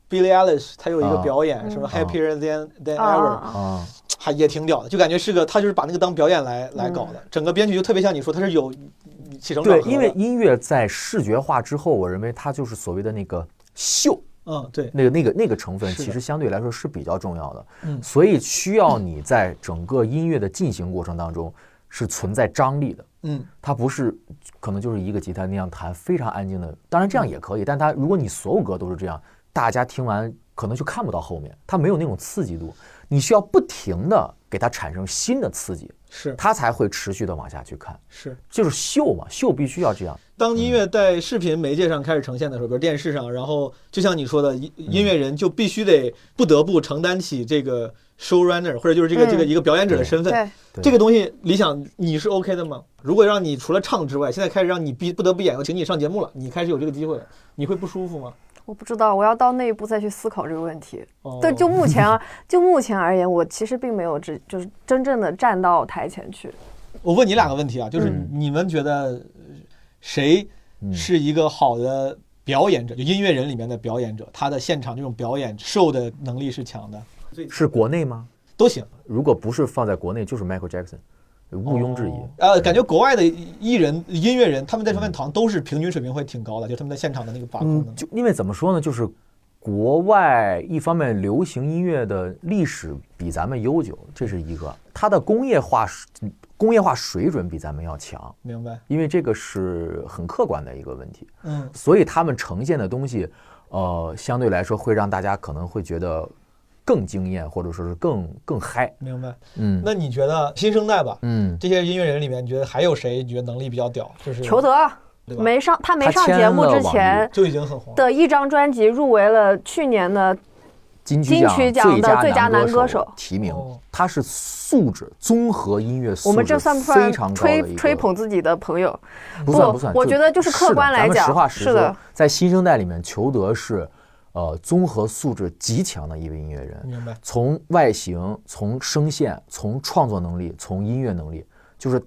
S7: Billie Eilish，她有一个
S3: 啊
S7: 表演，什么 Happier Than Than
S2: 啊
S7: Ever，、
S2: 啊，啊
S3: 啊，
S7: 还也挺屌的，就感觉是个她就是把那个当表演来来搞的，整个编曲就特别像你说，它是有起承转
S3: 对，
S7: 合的。
S3: 因为音乐在视觉化之后，我认为它就是所谓的那个秀，
S7: 嗯，对，
S3: 那个那个那个成分
S7: 是的
S3: 其实相对来说是比较重要的，
S7: 嗯
S3: 所以需要你在整个音乐的进行过程当中是存在张力的，
S7: 嗯
S3: 它不是可能就是一个吉他那样弹非常安静的，当然这样也可以，但它如果你所有歌都是这样，大家听完可能就看不到后面，它没有那种刺激度，你需要不停的给它产生新的刺激，
S7: 是
S3: 它才会持续的往下去看，
S7: 是。
S3: 就是秀嘛，秀必须要这样，
S7: 当音乐在视频媒介上开始呈现的时候，比如电视上，然后就像你说的，音
S3: 嗯
S7: 音乐人就必须得不得不承担起这个 showrunner 或者就是这个
S2: 嗯
S7: 这个一个表演者的
S3: 对
S7: 身份。
S2: 对，
S3: 对
S7: 这个东西理想你是 OK 的吗？如果让你除了唱之外，现在开始让你必不得不演个情景上节目了，你开始有这个机会了，你会不舒服吗？
S2: 我不知道，我要到那一步再去思考这个问题。
S7: 哦，
S2: 对，就目前啊，就目前而言，我其实并没有只就是真正的站到台前去。
S7: 我问你两个问题啊，就是
S3: 嗯
S7: 你们觉得呃谁
S3: 嗯
S7: 是一个好的表演者？就音乐人里面的表演者，他的现场这种表演 show 的能力是强的，
S3: 是国内吗？
S7: 都行，
S3: 如果不是放在国内，就是 Michael Jackson，毋庸置疑。
S7: 呃，感觉国外的艺人、音乐人，他们在这方面好像都是平均水平会挺高的，就他们在现场的那个把控
S3: 嗯
S7: 能，力。
S3: 就因为怎么说呢，就是国外一方面流行音乐的历史比咱们悠久，这是一个；它的工业化水工业化水准比咱们要强，
S7: 明白？
S3: 因为这个是很客观的一个问题。
S7: 嗯，
S3: 所以他们呈现的东西，呃，相对来说会让大家可能会觉得更惊艳，或者说是更更嗨。
S7: 明白。
S3: 嗯
S7: 那你觉得新生代吧，
S3: 嗯，
S7: 这些音乐人里面，你觉得还有谁你觉得能力比较屌？就是
S2: 裘德啊
S7: 对吧
S2: 没上，他没
S3: 他
S2: 上
S3: 签
S2: 节目
S3: 了
S2: 之
S3: 网
S2: 前
S7: 就已经很红了。
S2: 的一张专辑入围了去年的
S3: 金
S2: 金曲奖的最佳男歌手
S3: 提名
S7: 哦，
S3: 他是素质综合音乐素质
S2: 我们这算不
S3: 非
S2: 算
S3: 常高的
S2: 吹
S3: 一个
S2: 吹捧自己的朋友？
S3: 不算
S2: 不
S3: 不算，
S2: 我觉得就是客观来
S3: 是的咱们
S2: 讲
S3: 实话实
S2: 是
S3: 说
S2: 的，
S3: 在新生代里面，裘德是呃综合素质极强的一位音乐人，
S7: 明白。
S3: 从外形、从声线、从创作能力、从音乐能力，就是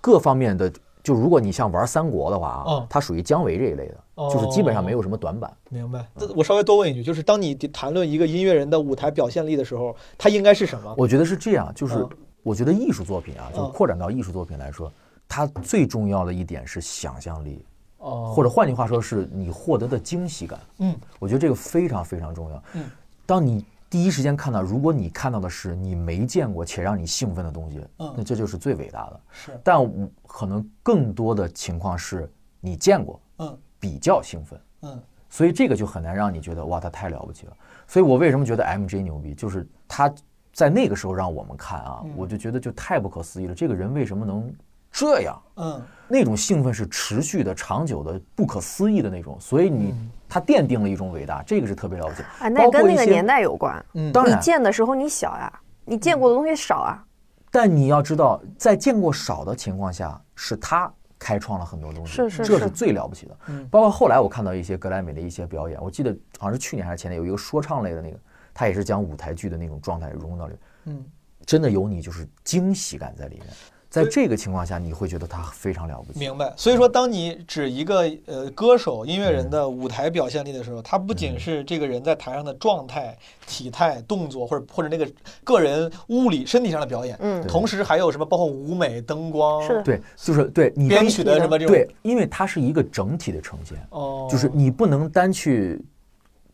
S3: 各方面的。就如果你像玩三国的话啊
S2: 哦
S7: 嗯，
S3: 他属于姜维这一类的，就是基本上没有什么短板。
S7: 明白。这我稍微多问一句，就是当你谈论一个音乐人的舞台表现力的时候，他应该是什么？
S3: 我觉得是这样，就是
S7: 嗯
S3: 我觉得艺术作品啊，就是
S7: 嗯
S3: 扩展到艺术作品来说，它最重要的一点是想象力，
S7: 哦
S3: 或者换句话说是你获得的惊喜感。
S7: 嗯，
S3: 我觉得这个非常非常重要。
S7: 嗯，
S3: 当你第一时间看到，如果你看到的是你没见过且让你兴奋的东西，
S7: 嗯
S3: 那这就是最伟大的。
S7: 是，
S3: 但我可能更多的情况是你见过，
S7: 嗯
S3: 比较兴奋。
S7: 嗯，
S3: 所以这个就很难让你觉得哇，他太了不起了。所以我为什么觉得 MJ 牛逼，就是他在那个时候让我们看啊，
S7: 嗯
S3: 我就觉得就太不可思议了。这个人为什么能这样？
S7: 嗯，
S3: 那种兴奋是持续的、长久的、不可思议的那种。所以你，
S7: 嗯
S3: 他奠定了一种伟大，这个是特别了不起。
S2: 哎，那也
S3: 包括
S2: 跟那
S3: 一
S2: 个
S3: 些嗯
S2: 年，代嗯有关。
S3: 当
S2: 你
S3: 然，
S2: 见的时候你小呀、你见过的东西少啊。
S3: 但你要知道，在见过少的情况下，是他开创了很多东西，
S2: 是是
S3: 这
S2: 是
S3: 是最了不起的。
S7: 嗯
S3: 包括后来我看到一些格莱美的一些表演，我记得好像是去年还是前年有一个说唱类的那个，他也是将舞台剧的那种状态融入到里面，
S7: 嗯，
S3: 真的有你就是惊喜感在里面。在这个情况下，你会觉得他非常了不起。
S7: 明白。所以说，当你指一个呃歌手、音乐人的舞台表现力的时候，他不仅是这个人在台上的状态、体态、动作，或者或者那个个人物理身体上的表演，
S2: 嗯
S7: 同时还有什么包括舞美、灯光，
S2: 是的
S3: 嗯对，就是对你
S7: 编曲的什么这种
S3: 对，因为它是一个整体的呈现，
S7: 哦，
S3: 就是你不能单去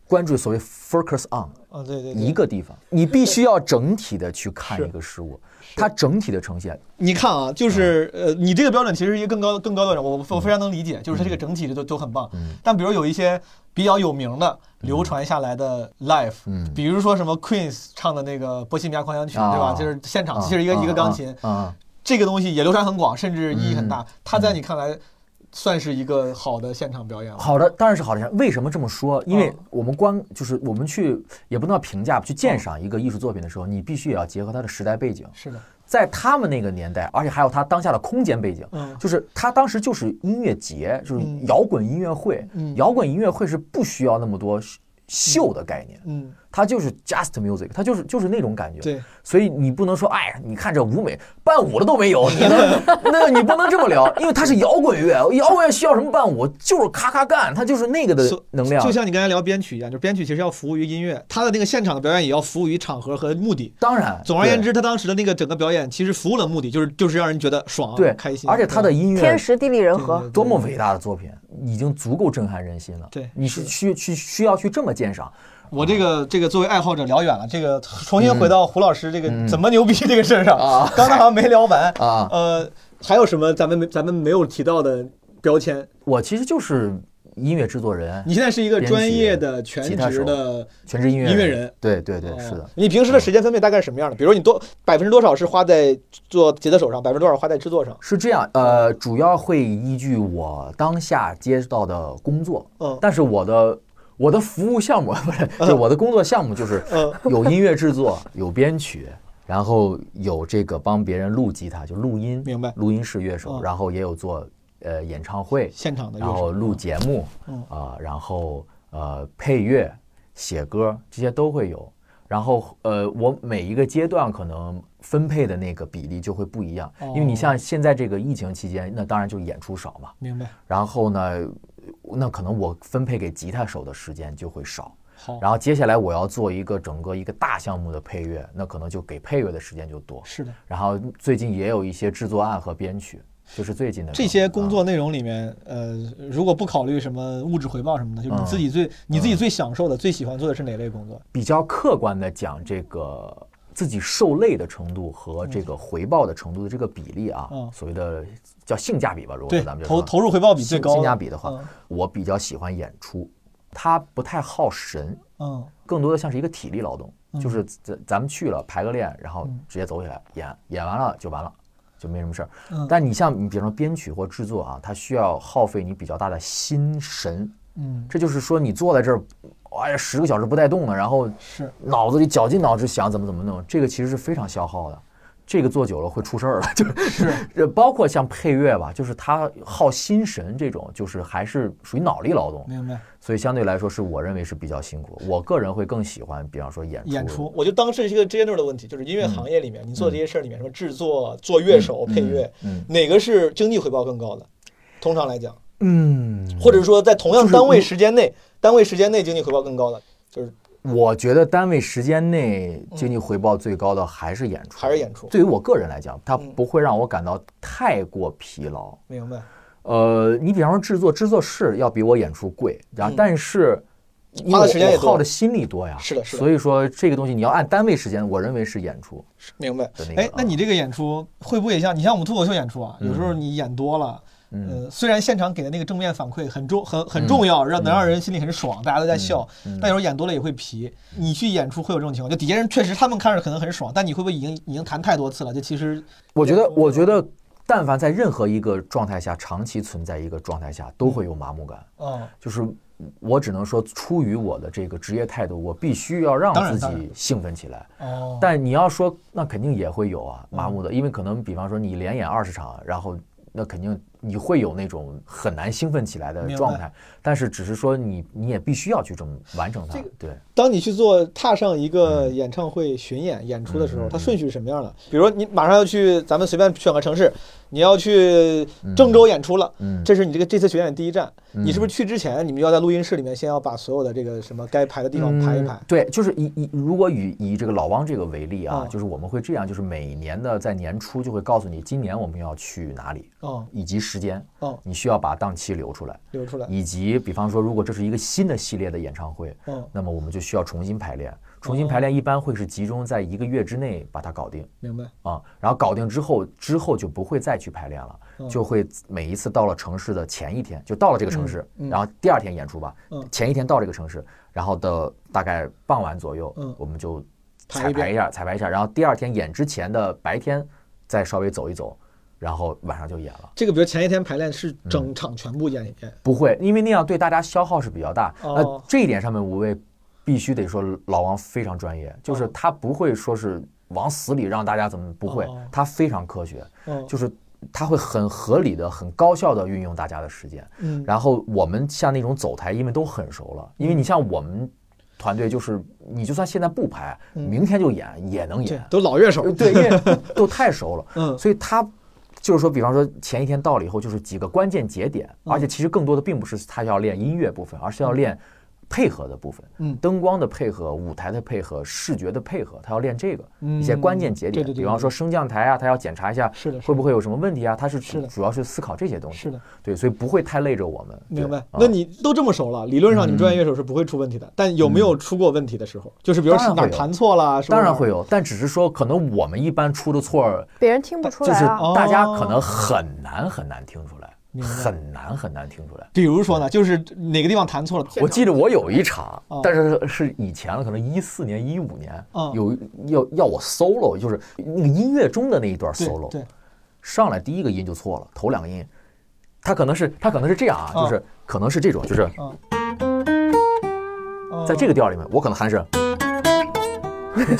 S3: 关注所谓 focus on，
S7: 啊，对对对，
S3: 一个地方，你必须要整体的去看一个事物，它整体的呈现。
S7: 你看啊，就是呃，你这个标准其实是一个更高更高的标准，我我非常能理解，就是它这个整体的都都很棒。但比如有一些比较有名的流传下来的 live，
S3: 嗯
S7: 比如说什么 Queen's 唱的那个《波西米亚狂想曲》，
S3: 啊
S7: 对吧？就是现场
S3: 啊
S7: 其实一个
S3: 啊
S7: 一个钢琴，
S3: 啊啊，
S7: 这个东西也流传很广，甚至意义很大。它在你看来算是一个好的现场表演吗？
S3: 好的，当然是好的。为什么这么说？因为
S7: 嗯
S3: 我们观就是我们去也不能叫评价吧，去鉴赏一个艺术作品的时候，你必须也要结合它的时代背景。
S7: 是的，
S3: 在他们那个年代，而且还有他当下的空间背景，
S7: 嗯
S3: 就是他当时就是音乐节，就是
S7: 嗯
S3: 摇滚音乐会，
S7: 嗯
S3: 摇滚音乐会是不需要那么多秀的概念，
S7: 嗯，
S3: 它就是 just music，它就是就是那种感觉。
S7: 对，
S3: 所以你不能说，哎，你看这舞美伴舞的都没有，你能那你不能这么聊，因为它是摇滚乐，摇滚乐需要什么伴舞？就是咔咔干，它就是那个的
S7: 所
S3: 能量。
S7: 就像你刚才聊编曲一样，就是编曲其实要服务于音乐，他的那个现场的表演也要服务于场合和目的。
S3: 当然，
S7: 总而言
S3: 对
S7: 之，他当时的那个整个表演其实服务了目的，就是就是让人觉得爽、
S3: 对
S7: 开心。
S3: 而且他的音乐
S2: 天时地利人和
S7: 对。
S3: 多么伟大的作品，已经足够震撼人心了。
S7: 对
S3: 你是需去需要去这么鉴赏。
S7: 我这
S3: 啊
S7: 个这个作为爱好者聊远了，这个重新回到胡老师这个怎么牛逼这个事儿上
S3: 嗯啊，
S7: 刚才好像没聊完
S3: 啊
S7: 呃，还有什么咱们没咱们没有提到的标签？
S3: 我其实就是音乐制作人，
S7: 你现在是一个
S3: 编
S7: 专
S3: 曲
S7: 业的全
S3: 吉他
S7: 职
S3: 手
S7: 的
S3: 全职音乐
S7: 音乐人。
S3: 对对对，
S7: 哦
S3: 是的。嗯
S7: 你平时的时间分配大概是什么样的？比如你多百分之多少是花在做吉他手上，百分之多少花在制作上？
S3: 是这样，呃，主要会依据我当下接到的工作，
S7: 嗯
S3: 但是我的我的服务项目不是，就是我的工作项目就是
S7: 嗯
S3: 有音乐制作，有编曲，然后有这个帮别人录吉他，就录音，
S7: 明白
S3: 录音室乐手，
S7: 嗯
S3: 然后也有做呃演唱会，
S7: 现场的乐
S3: 然
S7: 手，
S3: 后录节目，
S7: 嗯
S3: 啊、然后呃配乐、写歌这些都会有。然后呃，我每一个阶段可能分配的那个比例就会不一样，
S7: 哦
S3: 因为你像现在这个疫情期间，那当然就演出少嘛。
S7: 明白？
S3: 然后呢，那可能我分配给吉他手的时间就会少。
S7: 好，
S3: 然后接下来我要做一个整个一个大项目的配乐，那可能就给配乐的时间就多。
S7: 是的。
S3: 然后最近也有一些制作案和编曲，就是最近的
S7: 这些工
S3: 啊
S7: 作内容里面，呃，如果不考虑什么物质回报什么的，就是你
S3: 嗯
S7: 自己最你自己最享受的、最喜欢做的是哪类工作？
S3: 比较客观的讲这个自己受累的程度和这个回报的程度的这个比例啊，
S7: 嗯
S3: 所谓的叫性价比吧，如果
S7: 对
S3: 是咱们，这
S7: 投
S3: 个
S7: 投入回报比最
S3: 性
S7: 高的
S3: 性价比的话，
S7: 嗯
S3: 我比较喜欢演出，它不太耗神，
S7: 嗯，
S3: 更多的像是一个体力劳动，就是咱咱们去了排个练，然
S7: 嗯
S3: 后直接走起来、演，演完了就完了。就没什么事儿，
S7: 嗯
S3: 但你像你比方说编曲或制作啊，它需要耗费你比较大的心神，
S7: 嗯，
S3: 这就是说你坐在这儿，哎呀，十个小时不带动的，然后
S7: 是
S3: 脑子里绞尽脑汁想怎么怎么弄，这个其实是非常消耗的。这个做久了会出事儿了， 就是呃包括像配乐吧，就是它耗心神这种，就是还是属于脑力劳动，
S7: 明白。
S3: 所以相对来说是我认为是比较辛苦。我个人会更喜欢，比方说演出，
S7: 演出，嗯我就当这是一个 general 的问题，就是音乐行业里面，你做这些事儿里面，什么制作、做乐手、配乐，
S3: 嗯
S7: 哪个是经济回报更高的？通常来讲，
S3: 嗯，
S7: 或者说在同样
S3: 就是
S7: 单位
S3: 我
S7: 时间内，单位时间内经济回报更高的，就是
S3: 嗯我觉得单位时间内经济回报最高的还是演出，
S7: 还是演出
S3: 对于我个人来讲，它
S7: 嗯
S3: 不会让我感到太过疲劳。
S7: 明白？
S3: 呃，你比方说制作，制作是要比我演出贵，然后但是因
S7: 嗯
S3: 为
S7: 花的
S3: 我
S7: 时间
S3: 我
S7: 也多
S3: 耗的心力多呀，
S7: 是的是的
S3: 所以说这个东西你要按单位时间，我认为是演出，
S7: 明白
S3: 的那。个
S7: 哎，那你这个演出会不会也像你像我们脱口秀演出啊？有时
S3: 嗯
S7: 候你演多了，呃，虽然现场给的那个正面反馈很重很
S3: 嗯
S7: 很重要，让能让人心里很爽，大家都在笑，但有时候演多了也会疲。你去演出会有这种情况，就底下人确实他们看着可能很爽，但你会不会已经已经谈太多次了？就其实
S3: 我觉得，我觉得。但凡在任何一个状态下，长期存在一个状态下，都会有麻木感。
S7: 嗯，
S3: 就是我只能说，出于我的这个职业态度，我必须要让
S7: 当然
S3: 自
S7: 当然
S3: 己兴奋起来。
S7: 哦，嗯
S3: 但你要说，那肯定也会有啊，麻木的，因为可能比方说你连演二十场，然后那肯定你会有那种很难兴奋起来的
S7: 明白
S3: 状态，但是只是说你你也必须要去这么完成它，对，
S7: 当你去做踏上一个演唱会巡演、演出的时候，它顺序是什么样的？嗯比如说你马上要去，咱们随便选个城市，你要去郑州演出了，
S3: 嗯
S7: 这是你这个这次巡演第一站，你是不是去之前，你们要在录音室里面先要把所有的这个什么该排的地方排一排
S3: 嗯？对，就是以以如果以以这个老汪这个为例啊，
S7: 啊
S3: 就是我们会这样，就是每年的在年初就会告诉你今年我们要去哪里，
S7: 哦
S3: 以及时间，
S7: 哦
S3: 你需要把档期留出来，
S7: 留出来。
S3: 以及比方说如果这是一个新的系列的演唱会，
S7: 嗯，哦
S3: 那么我们就需要重新排练。重新排练一般会是集中在一个月之内把它搞定
S7: 明白。
S3: 啊，然后搞定之后，之后就不会再去排练了，
S7: 嗯
S3: 就会每一次到了城市的前一天，就到了这个城市，
S7: 嗯
S3: 然后第二天演出吧，前一天到这个城市，然后的大概傍晚左右，
S7: 嗯
S3: 我们就
S7: 排
S3: 彩
S7: 一遍
S3: 排一下，彩排一下，然后第二天演之前的白天再稍微走一走，然后晚上就演了。
S7: 这个比如前一天排练是
S3: 嗯
S7: 整场全部演一遍，
S3: 不会，因为那样对大家消耗是比较大。那、
S7: 哦
S3: 这一点上面，我也必须得说老王非常专业，就是
S7: 哦
S3: 他不会说是往死里让大家怎么不会，
S7: 哦
S3: 他非常科学，
S7: 哦
S3: 就是他会很合理的、很高效的运用大家的时间。
S7: 嗯
S3: 然后我们像那种走台，因为都很熟了，因为你像我们团队，就是你就算现在不拍，明天就演也能
S7: 嗯对啊
S3: 演，，
S7: 都老乐手，
S3: 对，因为都太熟了，
S7: 嗯
S3: 所以他就是说，比方说前一天到了以后，就是几个关键节点，
S7: 嗯
S3: 而且其实更多的并不是他要练音乐部分，而是要练配合的部分，
S7: 嗯
S3: 灯光的配合、舞台的配合、视觉的配合，他要练这个一些关键节
S7: 嗯对
S3: 点，
S7: 对对
S3: 比方说升降台啊，他要检查一下
S7: 是的是的
S3: 会不会有什么问题啊，他是主
S7: 是的
S3: 主要是思考这些东西，
S7: 是的，
S3: 对，所以不会太累着我们，
S7: 明白
S3: 对。
S7: 那
S3: 啊嗯
S7: 你都这么熟了，理论上你们专业乐手是不会出问题的，但有没有出过问题的时候？就是比如
S3: 当然
S7: 是哪儿
S3: 会有
S7: 弹错了，是不是
S3: 当然会有，但只是说可能我们一般出的错儿。
S2: 别人听不出
S3: 就
S2: 来
S3: 是
S7: 哦
S2: 啊。
S3: 大家可能很难很难听出来，很难很难听出来。
S7: 比如说呢，就是哪个地方弹错了，
S3: 我记得我有一场
S7: 哦，
S3: 但是是以前了，可能一四年、一五年
S7: 嗯，
S3: 有要要我 solo，就是那个音乐中的那一段
S7: 对
S3: solo，
S7: 对，
S3: 上来第一个音就错了，头两个音，他可能是他可能是这样啊，
S7: 嗯
S3: 就是可能是这种，就是
S7: 哦
S3: 在这个调里面，我可能还是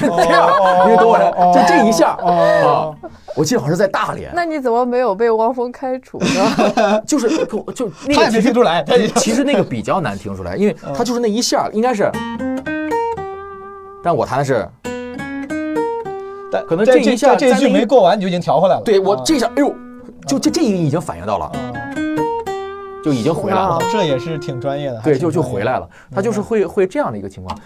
S7: 哦
S3: 这样，你懂我的，就这一下啊
S7: 哦，
S3: 我记得好像是在大连，
S2: 那你怎么没有被汪峰开除呢？
S3: 就是就就 那
S7: 他
S3: 个
S7: 也没听出来，他也
S3: 其实那个比较难听出来，因为
S2: 嗯
S3: 它就是那一下，应该是，但我弹
S2: 哦
S3: 的是，
S7: 但
S3: 可能
S7: 在
S3: 这一下
S7: 这这
S3: 在那
S7: 句
S3: 一
S7: 没过完，你就已经调回来了。
S3: 对我
S7: 啊
S3: 这一下，哎呦，就就这一已经反应到了，就已经回来了
S7: 啊，这也是挺专业的，还
S3: 对，
S7: 挺
S3: 就就
S7: 专业
S3: 回
S7: 的。
S3: 来了，
S2: 嗯
S3: 它就是会会这样的一个情况，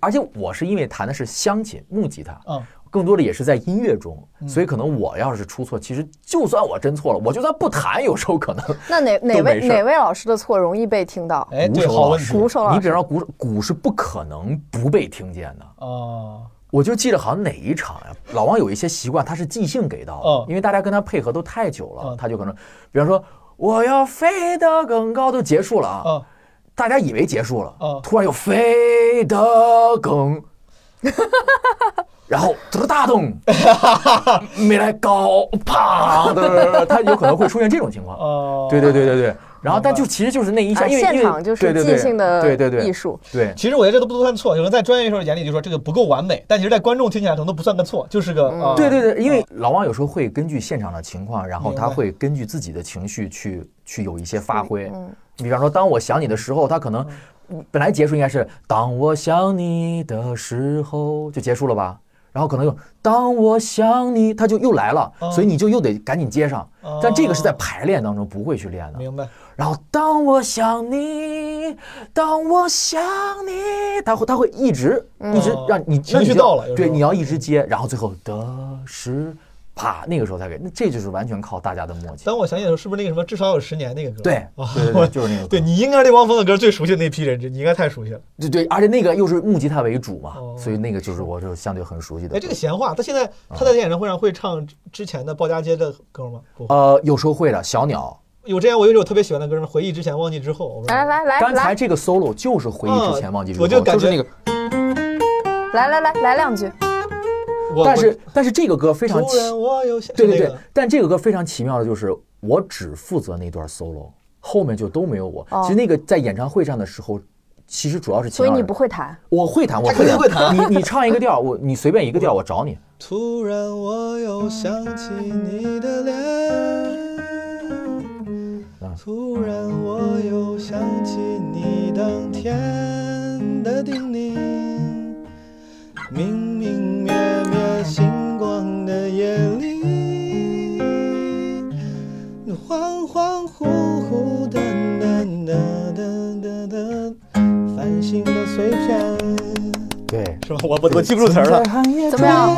S3: 而且我是因为弹的是乡琴木吉他，
S7: 嗯，
S3: 更多的也是在音乐中，
S2: 嗯
S3: 所以可能我要是出错，其实就算我真错了，我就算不弹，有时候可能
S2: 那哪哪
S3: 都没
S2: 位
S3: 事儿
S2: 哪位老师的错容易被听到？
S7: 哎，
S3: 鼓
S7: 对，
S3: 手
S7: 好
S3: 老
S7: 问题
S3: 师，
S2: 鼓手老
S3: 你
S2: 师
S3: 比方说鼓鼓是不可能不被听见的。
S7: 哦，
S3: 我就记得好像哪一场呀、老王有一些习惯，他是即兴给到的，
S7: 嗯
S3: 因为大家跟他配合都太久了，
S7: 嗯
S3: 他就可能，比方说我要飞得更高，都结束了啊，
S7: 嗯
S3: 大家以为结束了，
S7: 嗯
S3: 突然又飞得更，然后这个大动 没来高，啪，噔噔噔他有可能会出现这种情况，
S7: 哦，
S3: 对对对对对，然后但就其实就是那一下，
S2: 啊，
S3: 因为
S2: 现
S3: 因为
S2: 场就
S3: 对
S2: 是
S3: 对
S2: 即
S3: 对
S2: 兴的
S3: 对对对
S2: 艺，术。
S3: 对。
S7: 其实我觉得这都不算错，有人在专业乐手眼里就说这个不够完美，但其实在观众听起来可能都不算个错，就是个、啊
S3: 嗯对对对，因为老王有时候会根据现场的情况，然后
S7: 明
S3: 他
S7: 白
S3: 会根据自己的情绪去去有一些发挥。
S7: 嗯
S3: 比方说，当我想你的时候，他可能本来结束应该是“当我想你的时候”就结束了吧，然后可能又“当我想你”，他就又来了，
S7: 哦
S3: 所以你就又得赶紧接上。但这个是在排练当中不会去练的。
S7: 明白。
S3: 然后当我想你，当我想你，他会他会一直、一直让你
S7: 情绪
S3: 让你
S7: 嗯到了有时
S3: 对，
S7: 候
S3: 你要一直接，然后最后的是啪，那个时候才给，那这就是完全靠大家的默契。
S7: 当我想起来的时候，是不是那个什么至少有十年那个歌？
S3: 对
S7: 啊，
S3: 对 对对，就是那个歌，
S7: 对你应该是对汪峰的歌最熟悉的那批人，这你应该太熟悉了。
S3: 对对，而且那个又是木吉他为主嘛，
S7: 哦
S3: 所以那个就是我就相对很熟悉的歌。
S7: 哎，这个闲话，他现在
S3: 啊
S7: 他在演唱会上会唱之前的鲍家街的歌吗？不会。
S3: 呃，有时候会的，小鸟。
S7: 有之前我有一首特别喜欢的歌是《回忆之前忘记之后》，我不知道嗯
S2: 来来来
S3: 刚才
S2: 来
S3: 这个 solo 就是哎回忆之前忘记之后，
S7: 我就感
S3: 是
S7: 觉
S3: 那个，
S2: 来来来来两句，
S7: 我
S3: 但是但是这个歌非常
S7: 突
S3: 奇
S7: 然我有想
S3: 对对
S7: 是那
S3: 对，
S7: 个
S3: 但这个歌非常奇妙的就是，我只负责那段 solo，后面就都没有我。
S2: 哦
S3: 其实那个在演唱会上的时候，其实主要是
S2: 所以
S3: 前
S2: 你
S3: 两
S2: 不会弹。
S3: 我会弹，我
S7: 肯定
S3: 会
S7: 会
S3: 弹。你你唱一个调，我你随便一个调，我找你。
S7: 突然我又想起你的脸，突然我又想起你当天的叮咛，明明灭灭星光的夜里，恍恍惚惚的的的的的的，繁星的碎片。
S3: 对，
S7: 是吧？我我我记不住词儿了。
S2: 怎么样？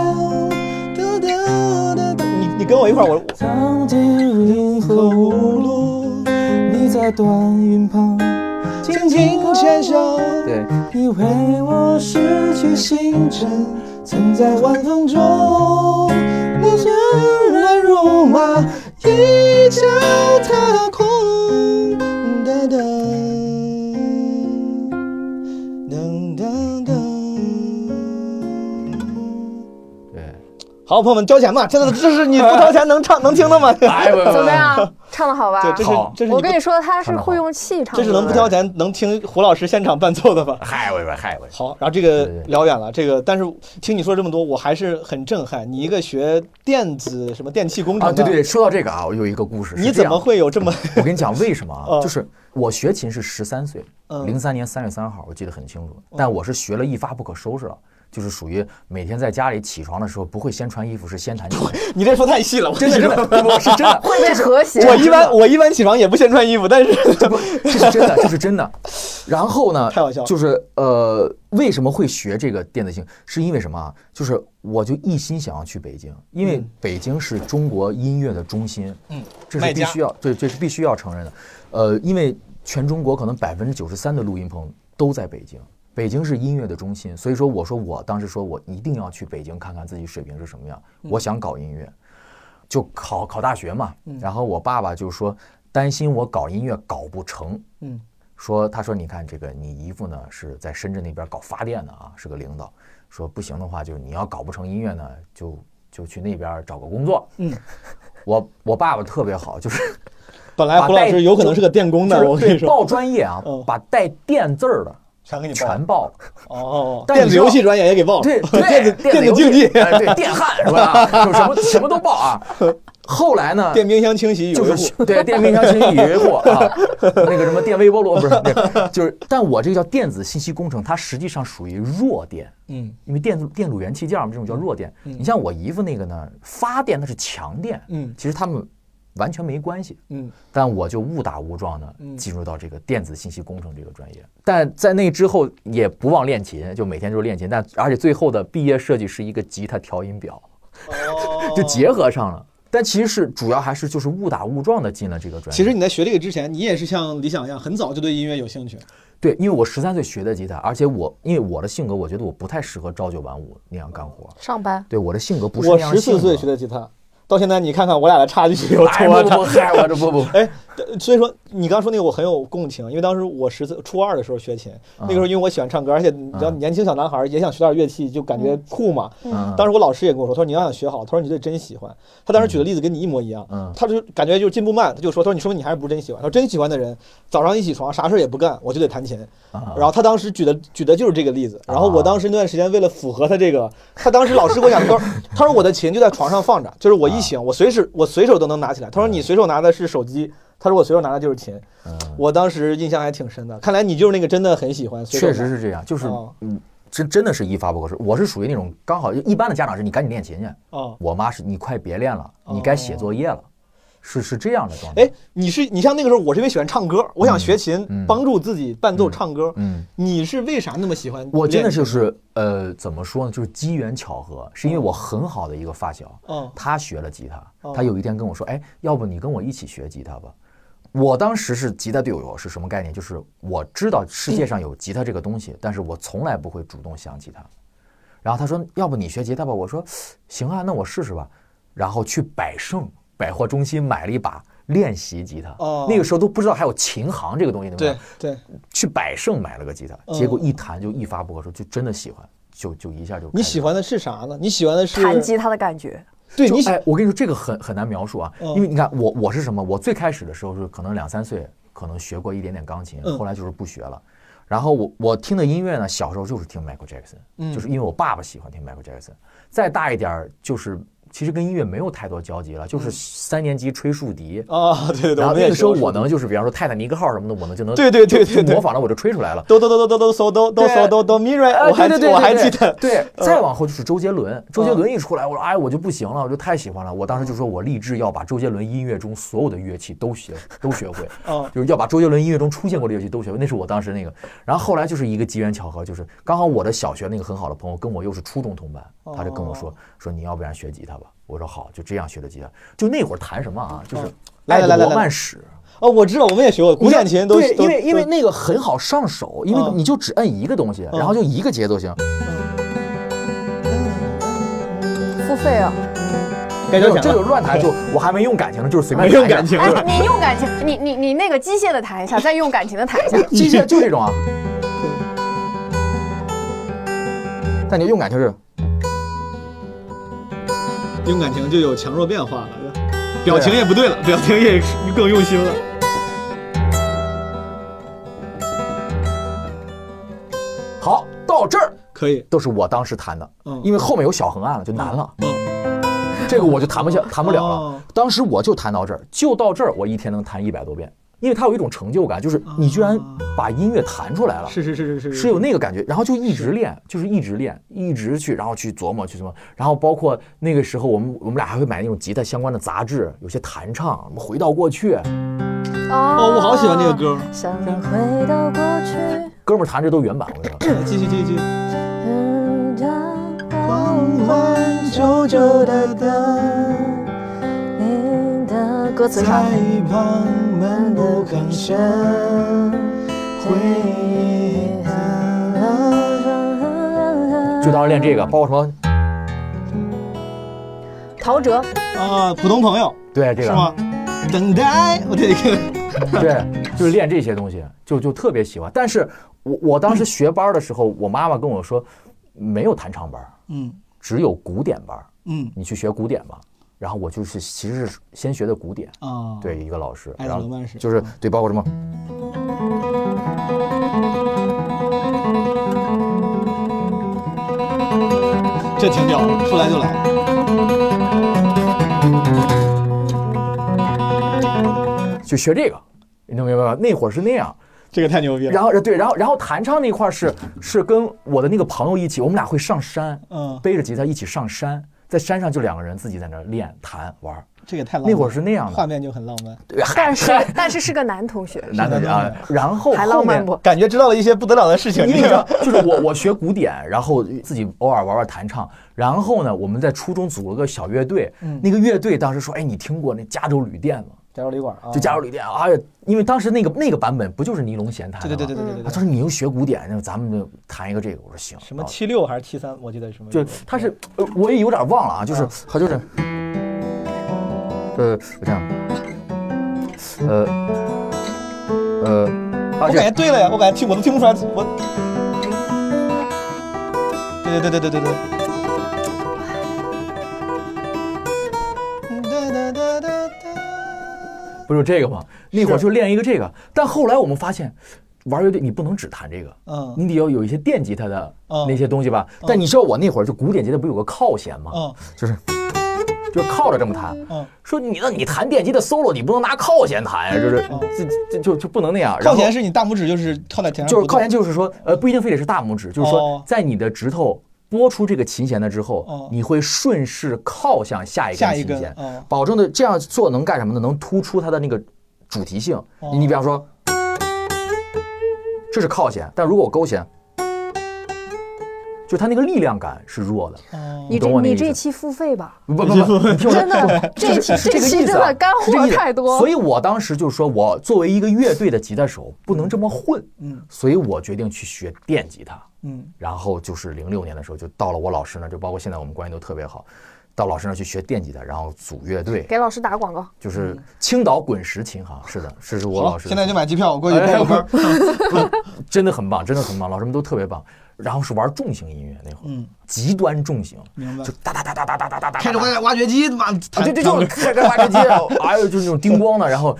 S7: 你你跟我一块儿，我
S9: 藏进云和雾露，你在短云旁
S7: 轻轻牵手。
S3: 对，
S9: 你为我拾起星辰，曾在晚风中，你任来戎马，一脚踏空。
S7: 噔噔噔噔噔。
S3: 对，
S7: 好，朋友们交钱吧！现在这是你不掏钱能唱能听的吗？
S3: 哎，
S2: 怎么样？唱的好吧？
S7: 对，这是
S3: 好
S7: 这是
S2: 我
S7: 你
S2: 跟
S7: 不
S2: 你说，他是
S3: 唱得好
S2: 会用气唱
S7: 这
S2: 的。
S7: 是能不挑钱能听胡老师现场伴奏的吧？
S3: 嗨喂喂嗨喂，
S7: 好，然后这个
S3: 对对对
S7: 聊远了，这个但是听你说这么多，我还是很震撼。你一个学电子什么电气工程
S3: 啊，
S7: 的，
S3: 对对对，说到这个啊，我有一个故事。是
S7: 你
S3: 这
S7: 怎
S3: 样
S7: 么会有这么
S3: 我跟你讲为什么啊？
S7: 嗯
S3: 就是我学琴是十三岁，
S7: 嗯
S3: 零三年三月三号，我记得很清楚。但我是学了一发不可收拾了，就是属于每天在家里起床的时候不会先穿衣服，是先弹琴。
S7: 你这说太细了，我
S3: 真是真的，不不是真的，
S2: 会被和谐。
S7: 我一般我一般起床也不先穿衣服，但是
S3: 这是真的，这是真的。然后呢？
S7: 太好笑了
S3: 就是呃，为什么会学这个电子琴？是因为什么啊？就是我就一心想要去北京，因为北京是中国音乐的中心，嗯，这
S7: 卖
S3: 是必
S7: 家
S3: 须要对，这是必须要承认的。呃，因为全中国可能百分之九十三的录音棚都在北京。北京是音乐的中心，所以说我说我当时说我一定要去北京看看自己水平是什么样，
S7: 嗯
S3: 我想搞音乐。就考考大学嘛。
S7: 嗯
S3: 然后我爸爸就说担心我搞音乐搞不成，
S7: 嗯，
S3: 说他说你看这个你姨父呢是在深圳那边搞发电的啊，是个领导，说不行的话就是你要搞不成音乐呢，就就去那边找个工作。嗯，我我爸爸特别好，就是
S7: 本来胡老师有可能是个电工
S3: 就
S7: 的，我
S3: 是
S7: 跟你
S3: 对
S7: 说，
S3: 报专业啊
S7: 嗯，
S3: 把带电字儿的
S7: 全给你报
S3: 全报了。
S7: 哦，
S3: 但
S7: 电
S3: 你
S7: 子
S3: 知道
S7: 游戏专业也给报了，
S3: 对
S7: 电子
S3: 电
S7: 电子
S3: 游戏
S7: 竞技、
S3: 哎对电焊是吧？ 就什么什么都报啊。后来 呢，
S7: 电冰箱清洗与维
S3: 就
S7: 护
S3: 是，对电冰箱清洗维护啊，那个什么电微波炉不是，那就是，但我这个叫电子信息工程，它实际上属于弱电，
S7: 嗯
S3: 因为电子电阻元器件嘛，这种叫弱电。你像我姨夫那个呢，发电那是强电，
S7: 嗯
S3: 其实他们完全没关系，
S7: 嗯，
S3: 但我就误打误撞的进入到这个电子信息工程这个专业。但在那之后也不忘练琴，就每天就是练琴，但而且最后的毕业设计是一个吉他调音表，
S7: 哦
S3: 就结合上了。但其实是主要还是就是误打误撞的进了这个专业。
S7: 其实你在学这个之前，你也是像理想一样，很早就对音乐有兴趣。
S3: 对，因为我十三岁学的吉他，而且我因为我的性格，我觉得我不太适合朝九晚五那样干活。
S2: 上班，
S3: 对我的性格不是那
S7: 我
S3: 样
S7: 十四岁学的吉他，到现在你看看我俩的差距有
S3: 哎
S7: 多
S3: 不
S7: 大
S3: 不。嗨，我这 不不，
S7: 哎，所以说你刚说那个我很有共情，因为当时我十四初二的时候学琴，那个时候因为我喜欢唱歌，而且你知道
S3: 嗯
S7: 年轻小男孩也想学点乐器，就感觉酷嘛。
S3: 嗯
S7: 当时我老师也跟我说，他说你要想学好，他说你得真喜欢。他当时举的例子跟你一模一样，
S3: 嗯
S7: 他就感觉就是进步慢，他就说，他说你说明你还是不是真喜欢。他说真喜欢的人，早上一起床啥事儿也不干，我就得弹琴。
S3: 啊
S7: 然后他当时举的举的就是这个例子，然后我当时那段时间为了符合他这个，他当时老师给我讲，他说 他说我的琴就在床上放着，就是我一
S3: 啊
S7: 醒，我随时我随手都能拿起来。他说你随手拿的是手机，他说我随手拿的就是琴。
S3: 啊
S7: 我当时印象还挺深的，看来你就是那个真的很喜欢，随手
S3: 确
S7: 拿
S3: 实是这样，就是
S7: 哦
S3: 嗯，真真的是一发不可收拾。我是属于那种刚好一般的家长是你赶紧练琴去，
S7: 哦。
S3: 我妈是你快别练了，你该写作业了，是是这样的状态。
S7: 哎，你是你像那个时候，我是因为喜欢唱歌，我想学琴，
S3: 嗯
S7: 帮助自己伴奏唱歌。
S3: 嗯，
S7: 你是为啥那么喜欢练琴？
S3: 我真的就是呃，怎么说呢？就是机缘巧合，是因为我很好的一个发小，
S7: 嗯
S3: 他学了吉他
S7: 哦，
S3: 他有一天跟我说，哎，要不你跟我一起学吉他吧。我当时是吉他队友是什么概念？就是我知道世界上有吉他这个东
S7: 嗯
S3: 西，但是我从来不会主动想起它。然后他说，要不你学吉他吧？我说，行啊，那我试试吧。然后去百盛百货中心买了一把练习吉他，
S7: 哦
S3: 那个时候都不知道还有琴行这个东西，对不
S7: 对对，哦
S3: 去百盛买了个吉他，结果一弹就一发不可收，就真的喜欢，就就一下就开始
S7: 你喜欢的是啥呢？你喜欢的是
S2: 弹吉他的感觉。
S7: 对
S3: 就
S7: 你喜
S3: 哎，我跟你说这个很很难描述啊，
S7: 嗯
S3: 因为你看我我是什么？我最开始的时候是可能两三岁，可能学过一点点钢琴，
S7: 嗯
S3: 后来就是不学了。然后我我听的音乐呢，小时候就是听 Michael Jackson，、就是
S7: 嗯
S3: 因为我爸爸喜欢听 Michael Jackson。再大一点儿就是其实跟音乐没有太多交集了，就是三年级吹竖笛。
S7: 啊，嗯 对对对，
S3: 然后
S7: 们
S3: 那
S7: 也
S3: 个时候
S7: 学过
S3: 我能就是比方说泰坦尼克号什么的，我能就能
S7: 对对对
S3: 就就
S7: 对对
S3: 模仿了我就吹出来了。
S7: 哆哆哆哆哆哆嗦哆哆嗦哆哆咪 瑞，
S3: 哎
S7: 我还
S3: 对
S7: 记
S3: 对对
S7: 我还
S3: 对
S7: 记得，
S3: 对，再往后就是周杰伦，周杰伦一出来，我说哎，我就不行了，我就太喜欢了。我当时就说我立志要把周杰伦音乐中所有的乐器都学都学会
S7: 嗯，
S3: 就是要把周杰伦音乐中出现过的乐器都学会。那是我当时那个。然后后来就是一个机缘巧合，就是刚好我的小学那个很好的朋友跟我又是初中同班，他就跟我说说你要不然学吉他吧。我说好，就这样学的吉他。就那会儿弹什么啊，就是《
S7: 来
S3: 爱
S7: 来来
S3: 的
S7: 来
S3: 罗
S7: 来
S3: 曼史》。
S7: 哦，我知道，我们也学过古典琴都，
S3: 对，
S7: 都
S3: 因为因为
S7: 都
S3: 那个很好上手，因为
S7: 嗯
S3: 你就只摁一个东西，然后就一个节奏型。
S2: 付费 啊！
S7: 该
S3: 没
S7: 交
S3: 有，
S7: 钱
S3: 这
S7: 了
S3: 个乱弹就我还没用感情呢，就是随便
S7: 没用
S3: 弹一下
S7: 感情
S3: 就是
S2: 哎，你用感情，你你你那个机械的弹一下，再用感情的弹一下。
S3: 机械就这种啊。但你用感情是，
S7: 用感情就有强弱变化了。表情也不对了，啊表情也更用心了。
S3: 好，到这儿
S7: 可以，
S3: 都是我当时弹的，
S7: 嗯
S3: 因为后面有小横按了，就难了。
S7: 嗯，
S3: 这个我就弹不下，弹不了
S7: 哦
S3: 了。当时我就弹到这儿，就到这儿，我一天能弹一百多遍，因为它有一种成就感，就是你居
S7: 啊
S3: 然把音乐弹出来了。
S7: 是是是是是
S3: 是有那个感觉，然后就一直练，就是一直练，一直去，然后去琢磨去琢磨，然后包括那个时候，我们我们俩还会买那种吉他相关的杂志，有些弹唱，什么回到过去，
S7: 哦，
S2: 哦
S7: 我好喜欢这个。歌。
S3: 啊
S2: 想回到过去，
S3: 哥们儿弹这都原版，我跟你 说，
S7: 继续继续继续，
S2: 嗯
S9: 缓缓久久的等。
S2: 你的歌词
S9: 在
S2: 上，
S9: 一旁闷不吭声，回忆的
S3: 就当时练这个，包括什么，
S2: 陶喆，
S7: 啊，普通朋友
S3: 对这
S7: 是啊
S3: 个，
S7: 吗？等待，我这个
S3: 对，就是练这些东西，就就特别喜欢。但是我我当时学班的时候，我妈妈跟我说，没有弹唱班，
S7: 嗯
S3: 只有古典班，
S7: 嗯
S3: 你去学古典吧。然后我就是其实是先学的古典，
S7: 啊，
S3: 对一个老师，
S7: 爱
S3: 然
S7: 的
S3: 后
S7: 罗曼史
S3: 就是对，包括什么。
S7: 这挺屌的，说来就来。
S3: 就学这个，你能明白吗？那会儿是那样，
S7: 这个太牛逼了。
S3: 然后呃对，然后然后弹唱那块儿是是跟我的那个朋友一起，我们俩会上山，
S7: 嗯，
S3: 背着吉他一起上山，在山上就两个人自己在那儿练弹玩儿。
S7: 这个太浪漫
S3: 那
S7: 了
S3: 会儿是那样
S7: 画
S3: 的，
S7: 面就很浪漫，
S2: 但是但是是个男同学，
S3: 男的 啊，然后
S2: 还
S3: 后
S2: 浪
S3: 面
S2: 漫不？
S7: 感觉知道了一些不得了的事情。
S3: 因为你
S7: 这
S3: 知道
S7: 个，
S3: 就是我我学古典，然后自己偶尔玩玩弹唱，然后呢，我们在初中组了个小乐队，
S2: 嗯
S3: 那个乐队当时说，哎，你听过那加州旅店吗？
S7: 加州旅馆啊，
S3: 就加州旅店，哎呀，因为当时那个那个版本不就是尼龙弦弹的
S7: 对
S3: 吗？
S7: 对对对对对
S3: 啊，他
S7: 对，
S3: 说你又学古典，那咱们就弹一个这个。我说行。
S7: 什么
S3: 啊
S7: 七六还是七三，我记得是什么？
S3: 就他是，呃我也有点忘了啊，就是他就是，呃，我这样，呃，呃，啊，
S7: 我
S3: 这
S7: 感觉哎对了呀，我感觉听我都听不出来，我。对对对对对对对。
S3: 不就这个吗？那会儿就练一个这个，但后来我们发现，玩乐队你不能只弹这个，
S7: 嗯
S3: 你得要有一些电吉他的
S7: 嗯
S3: 那些东西吧。但你知道我那会儿就古典吉他不有个靠弦吗？
S7: 嗯
S3: 就是就是靠着这么弹。
S7: 嗯，
S3: 说你那你弹电吉他 solo，你不能拿靠弦弹呀，就是
S7: 嗯
S3: 这这就就不能那样。然
S7: 靠
S3: 后
S7: 前是你大拇指，就是靠在前面，
S3: 就是靠前，就是说，呃，不一定非得是大拇指，就是
S7: 哦
S3: 说，在你的指头拨出这个琴弦了之后，
S7: 哦
S3: 你会顺势靠向下一
S7: 下
S3: 根
S7: 一
S3: 琴
S7: 根
S3: 弦，
S7: 哦
S3: 保证的这样做能干什么呢？能突出它的那个主题性。你你比方说，这是靠弦，但如果我勾弦，就它那个力量感是弱的。
S7: 哦
S2: 你这
S3: 懂我那
S2: 你
S3: 意思
S2: 这一期付费吧？
S3: 不不不，你听我说
S2: 真的
S3: 不
S2: 这一
S3: 是
S2: 期
S3: 是
S2: 这
S3: 个
S2: 期
S3: 意思
S2: 真的
S3: 啊
S2: 干
S3: 是这个
S2: 货
S3: 意思
S2: 太多
S3: 所以我当时就说，我作为一个乐队的吉他手，不能这么混，嗯，所以我决定去学电吉他，
S7: 嗯，
S3: 然后就是零六年的时候，就到了我老师那儿，就包括现在我们关系都特别好，到老师那儿去学电吉他，然后组乐队，
S2: 给老师打个广告，
S3: 就是青岛滚石琴行，是的，是是我老
S7: 好，
S3: 师，哎
S7: 现在就买机票，我过去报个班。
S3: 真的很棒，真的很棒，老师们都特别棒，然后是玩重型音乐那会儿，
S7: 嗯，
S3: 极端重型，
S7: 明白
S3: 就哒哒哒哒哒哒哒哒哒，
S7: 开着挖挖掘机，妈，
S3: 啊，
S7: 这
S3: 对对，就是开开挖掘机， 哎呦，就是那种叮咣的，然后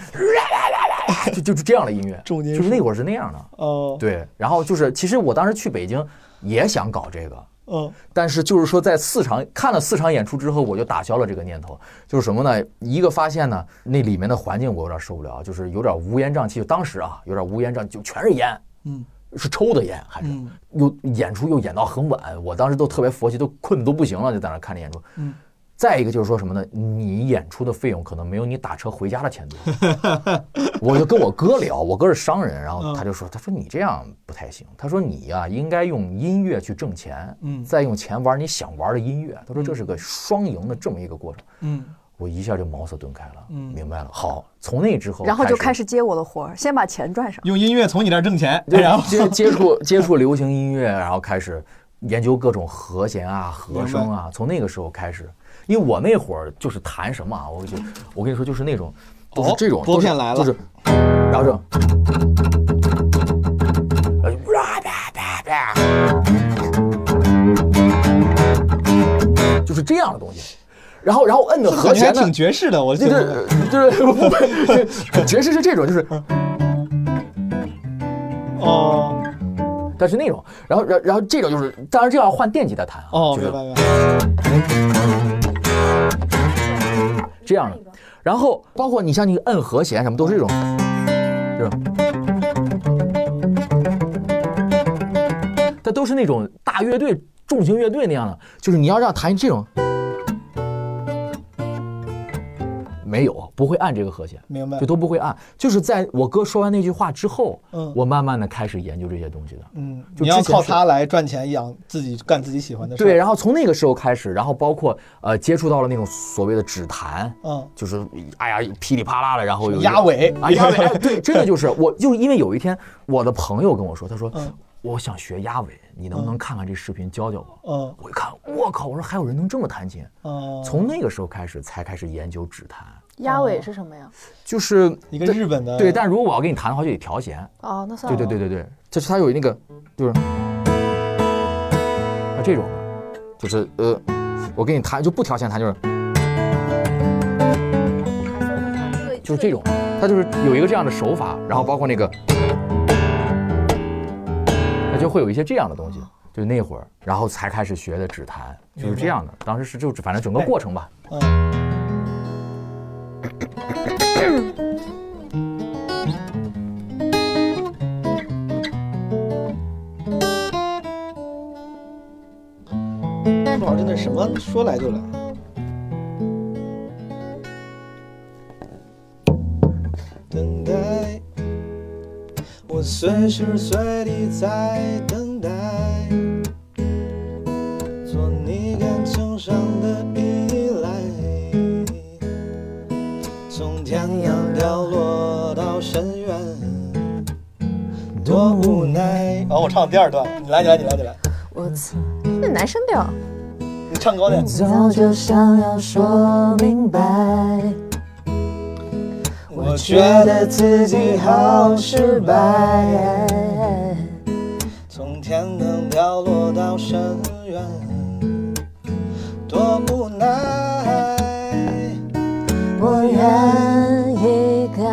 S3: 就就是这样的音乐，
S7: 重金属
S3: 就是那会儿是那样的，
S7: 哦，
S3: 对。然后就是，其实我当时去北京也想搞这个，
S7: 嗯
S3: 但是就是说在四场看了四场演出之后，我就打消了这个念头。就是什么呢？一个发现呢，那里面的环境我有点受不了，就是有点乌烟瘴气。就当时啊，有点乌烟瘴气，就全是烟，
S7: 嗯，
S3: 是抽的烟还是？
S7: 嗯
S3: 又演出又演到很晚，我当时都特别佛系，都困得都不行了，就在那看着演出。
S7: 嗯。
S3: 再一个就是说什么呢？你演出的费用可能没有你打车回家的钱多。 我就跟我哥聊，我哥是商人，然
S7: 嗯
S3: 后他就说，他说你这样不太行，他说你呀、应该用音乐去挣钱，
S7: 嗯
S3: 再用钱玩你想玩的音乐。他说这是个双赢的这么一个过程。
S7: 嗯，
S3: 我一下就茅塞顿开了，
S7: 嗯
S3: 明白了。好，从那之后，
S2: 然后就开。始接我的活儿，先把钱赚上。
S7: 用音乐从你这儿挣 钱，
S3: 对，
S7: 然后
S3: 接接触 接触流行音乐，然后开始研究各种和弦啊、和声啊。从那个时候开始，因为我那会儿就是弹什么啊，我就我跟你说，就是那种都是这种
S7: 哦
S3: 都
S7: 拨
S3: 是
S7: 片来了
S3: 就是然后这种。呃啪啪啪啪就是这样的东西。然后然后摁的和
S7: 感觉还
S3: 弦呢
S7: 挺，爵士的，我
S3: 就
S7: 觉得。
S3: 是就是不不，爵士是这种，就是
S7: 哦
S3: 它是那种，然后然后然后这种就是，当然这要换电吉他弹啊，
S7: 哦，
S3: 就是
S7: 明白明白。
S3: 这样的。然后包括你像你摁和弦什么，都是这种，这种，它都是那种大乐队、重型乐队那样的，就是你要让弹这种，没有不会按这个和弦，
S7: 明白
S3: 就都不会按。就是在我哥说完那句话之后，
S7: 嗯
S3: 我慢慢的开始研究这些东西的。
S7: 嗯，
S3: 就
S7: 你要
S3: 之前
S7: 靠
S3: 是
S7: 它来赚钱养自己，干自己喜欢的事。
S3: 对，，然后从那个时候开始，然后包括呃接触到了那种所谓的指弹，
S7: 嗯，
S3: 就是哎呀噼里啪啦的，然后有
S7: 压尾
S3: 啊 压尾，哎 对，真的就是我就是因为有一天我的朋友跟我说，他说、我想学压尾，你能不能看看这视频教教我？
S7: 嗯
S3: 我一看，我靠，我说还有人能这么弹琴，
S7: 嗯，
S3: 从那个时候开始才开始研究指弹，
S2: 压尾是什么呀？
S3: 就是
S7: 一个日本的
S3: 对，但如果我要给你弹的话，就得调弦，
S2: 哦，那算
S3: 对
S2: 了。
S3: 对对对对，就是它有那个，就是啊这种，就是呃，我给你弹就不调弦弹，就是
S2: 对，
S3: 就是这种，它就是有一个这样的手法，然后包括那个，它就会有一些这样的东西，就那会儿，然后才开始学的指弹，就是这样的。当时是就反正整个过程吧，
S7: 不好，真的什么说来就来。
S9: 等待，我随时随地在等待，做你感情上的依赖，从天涯掉落到深渊，多无奈。
S7: 然后我唱第二段，你来，你来，你来，你来，
S2: 那男生调，
S7: 你唱高点。
S4: 早就想要说明白。
S9: 我觉得自己好失败，从天堂掉落到深渊，多无奈。
S4: 我愿意改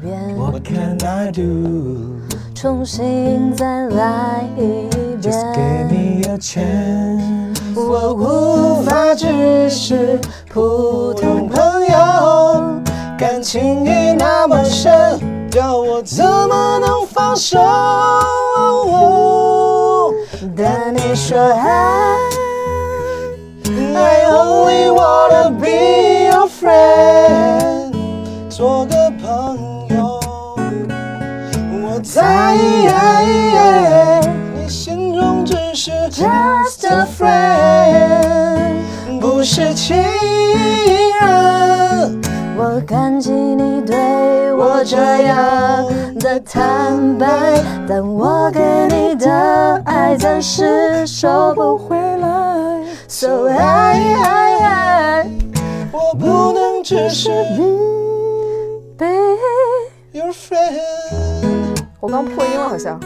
S4: 变，
S9: What can I do?
S4: 重新再来一
S9: Just give
S4: 遍。
S9: me a chance。我无法只是普通朋友，感情已那么深，要我怎么能放手？但你说爱，I only wanna be your friend，做个朋友。我在你心中只是 just a friend，不是情人。
S4: 我感激你对我这样的坦白，但我给你的爱暂时收不回来。So I, I, I
S9: 我不能只是
S4: be。
S9: your friend。
S2: 我刚破音了好像。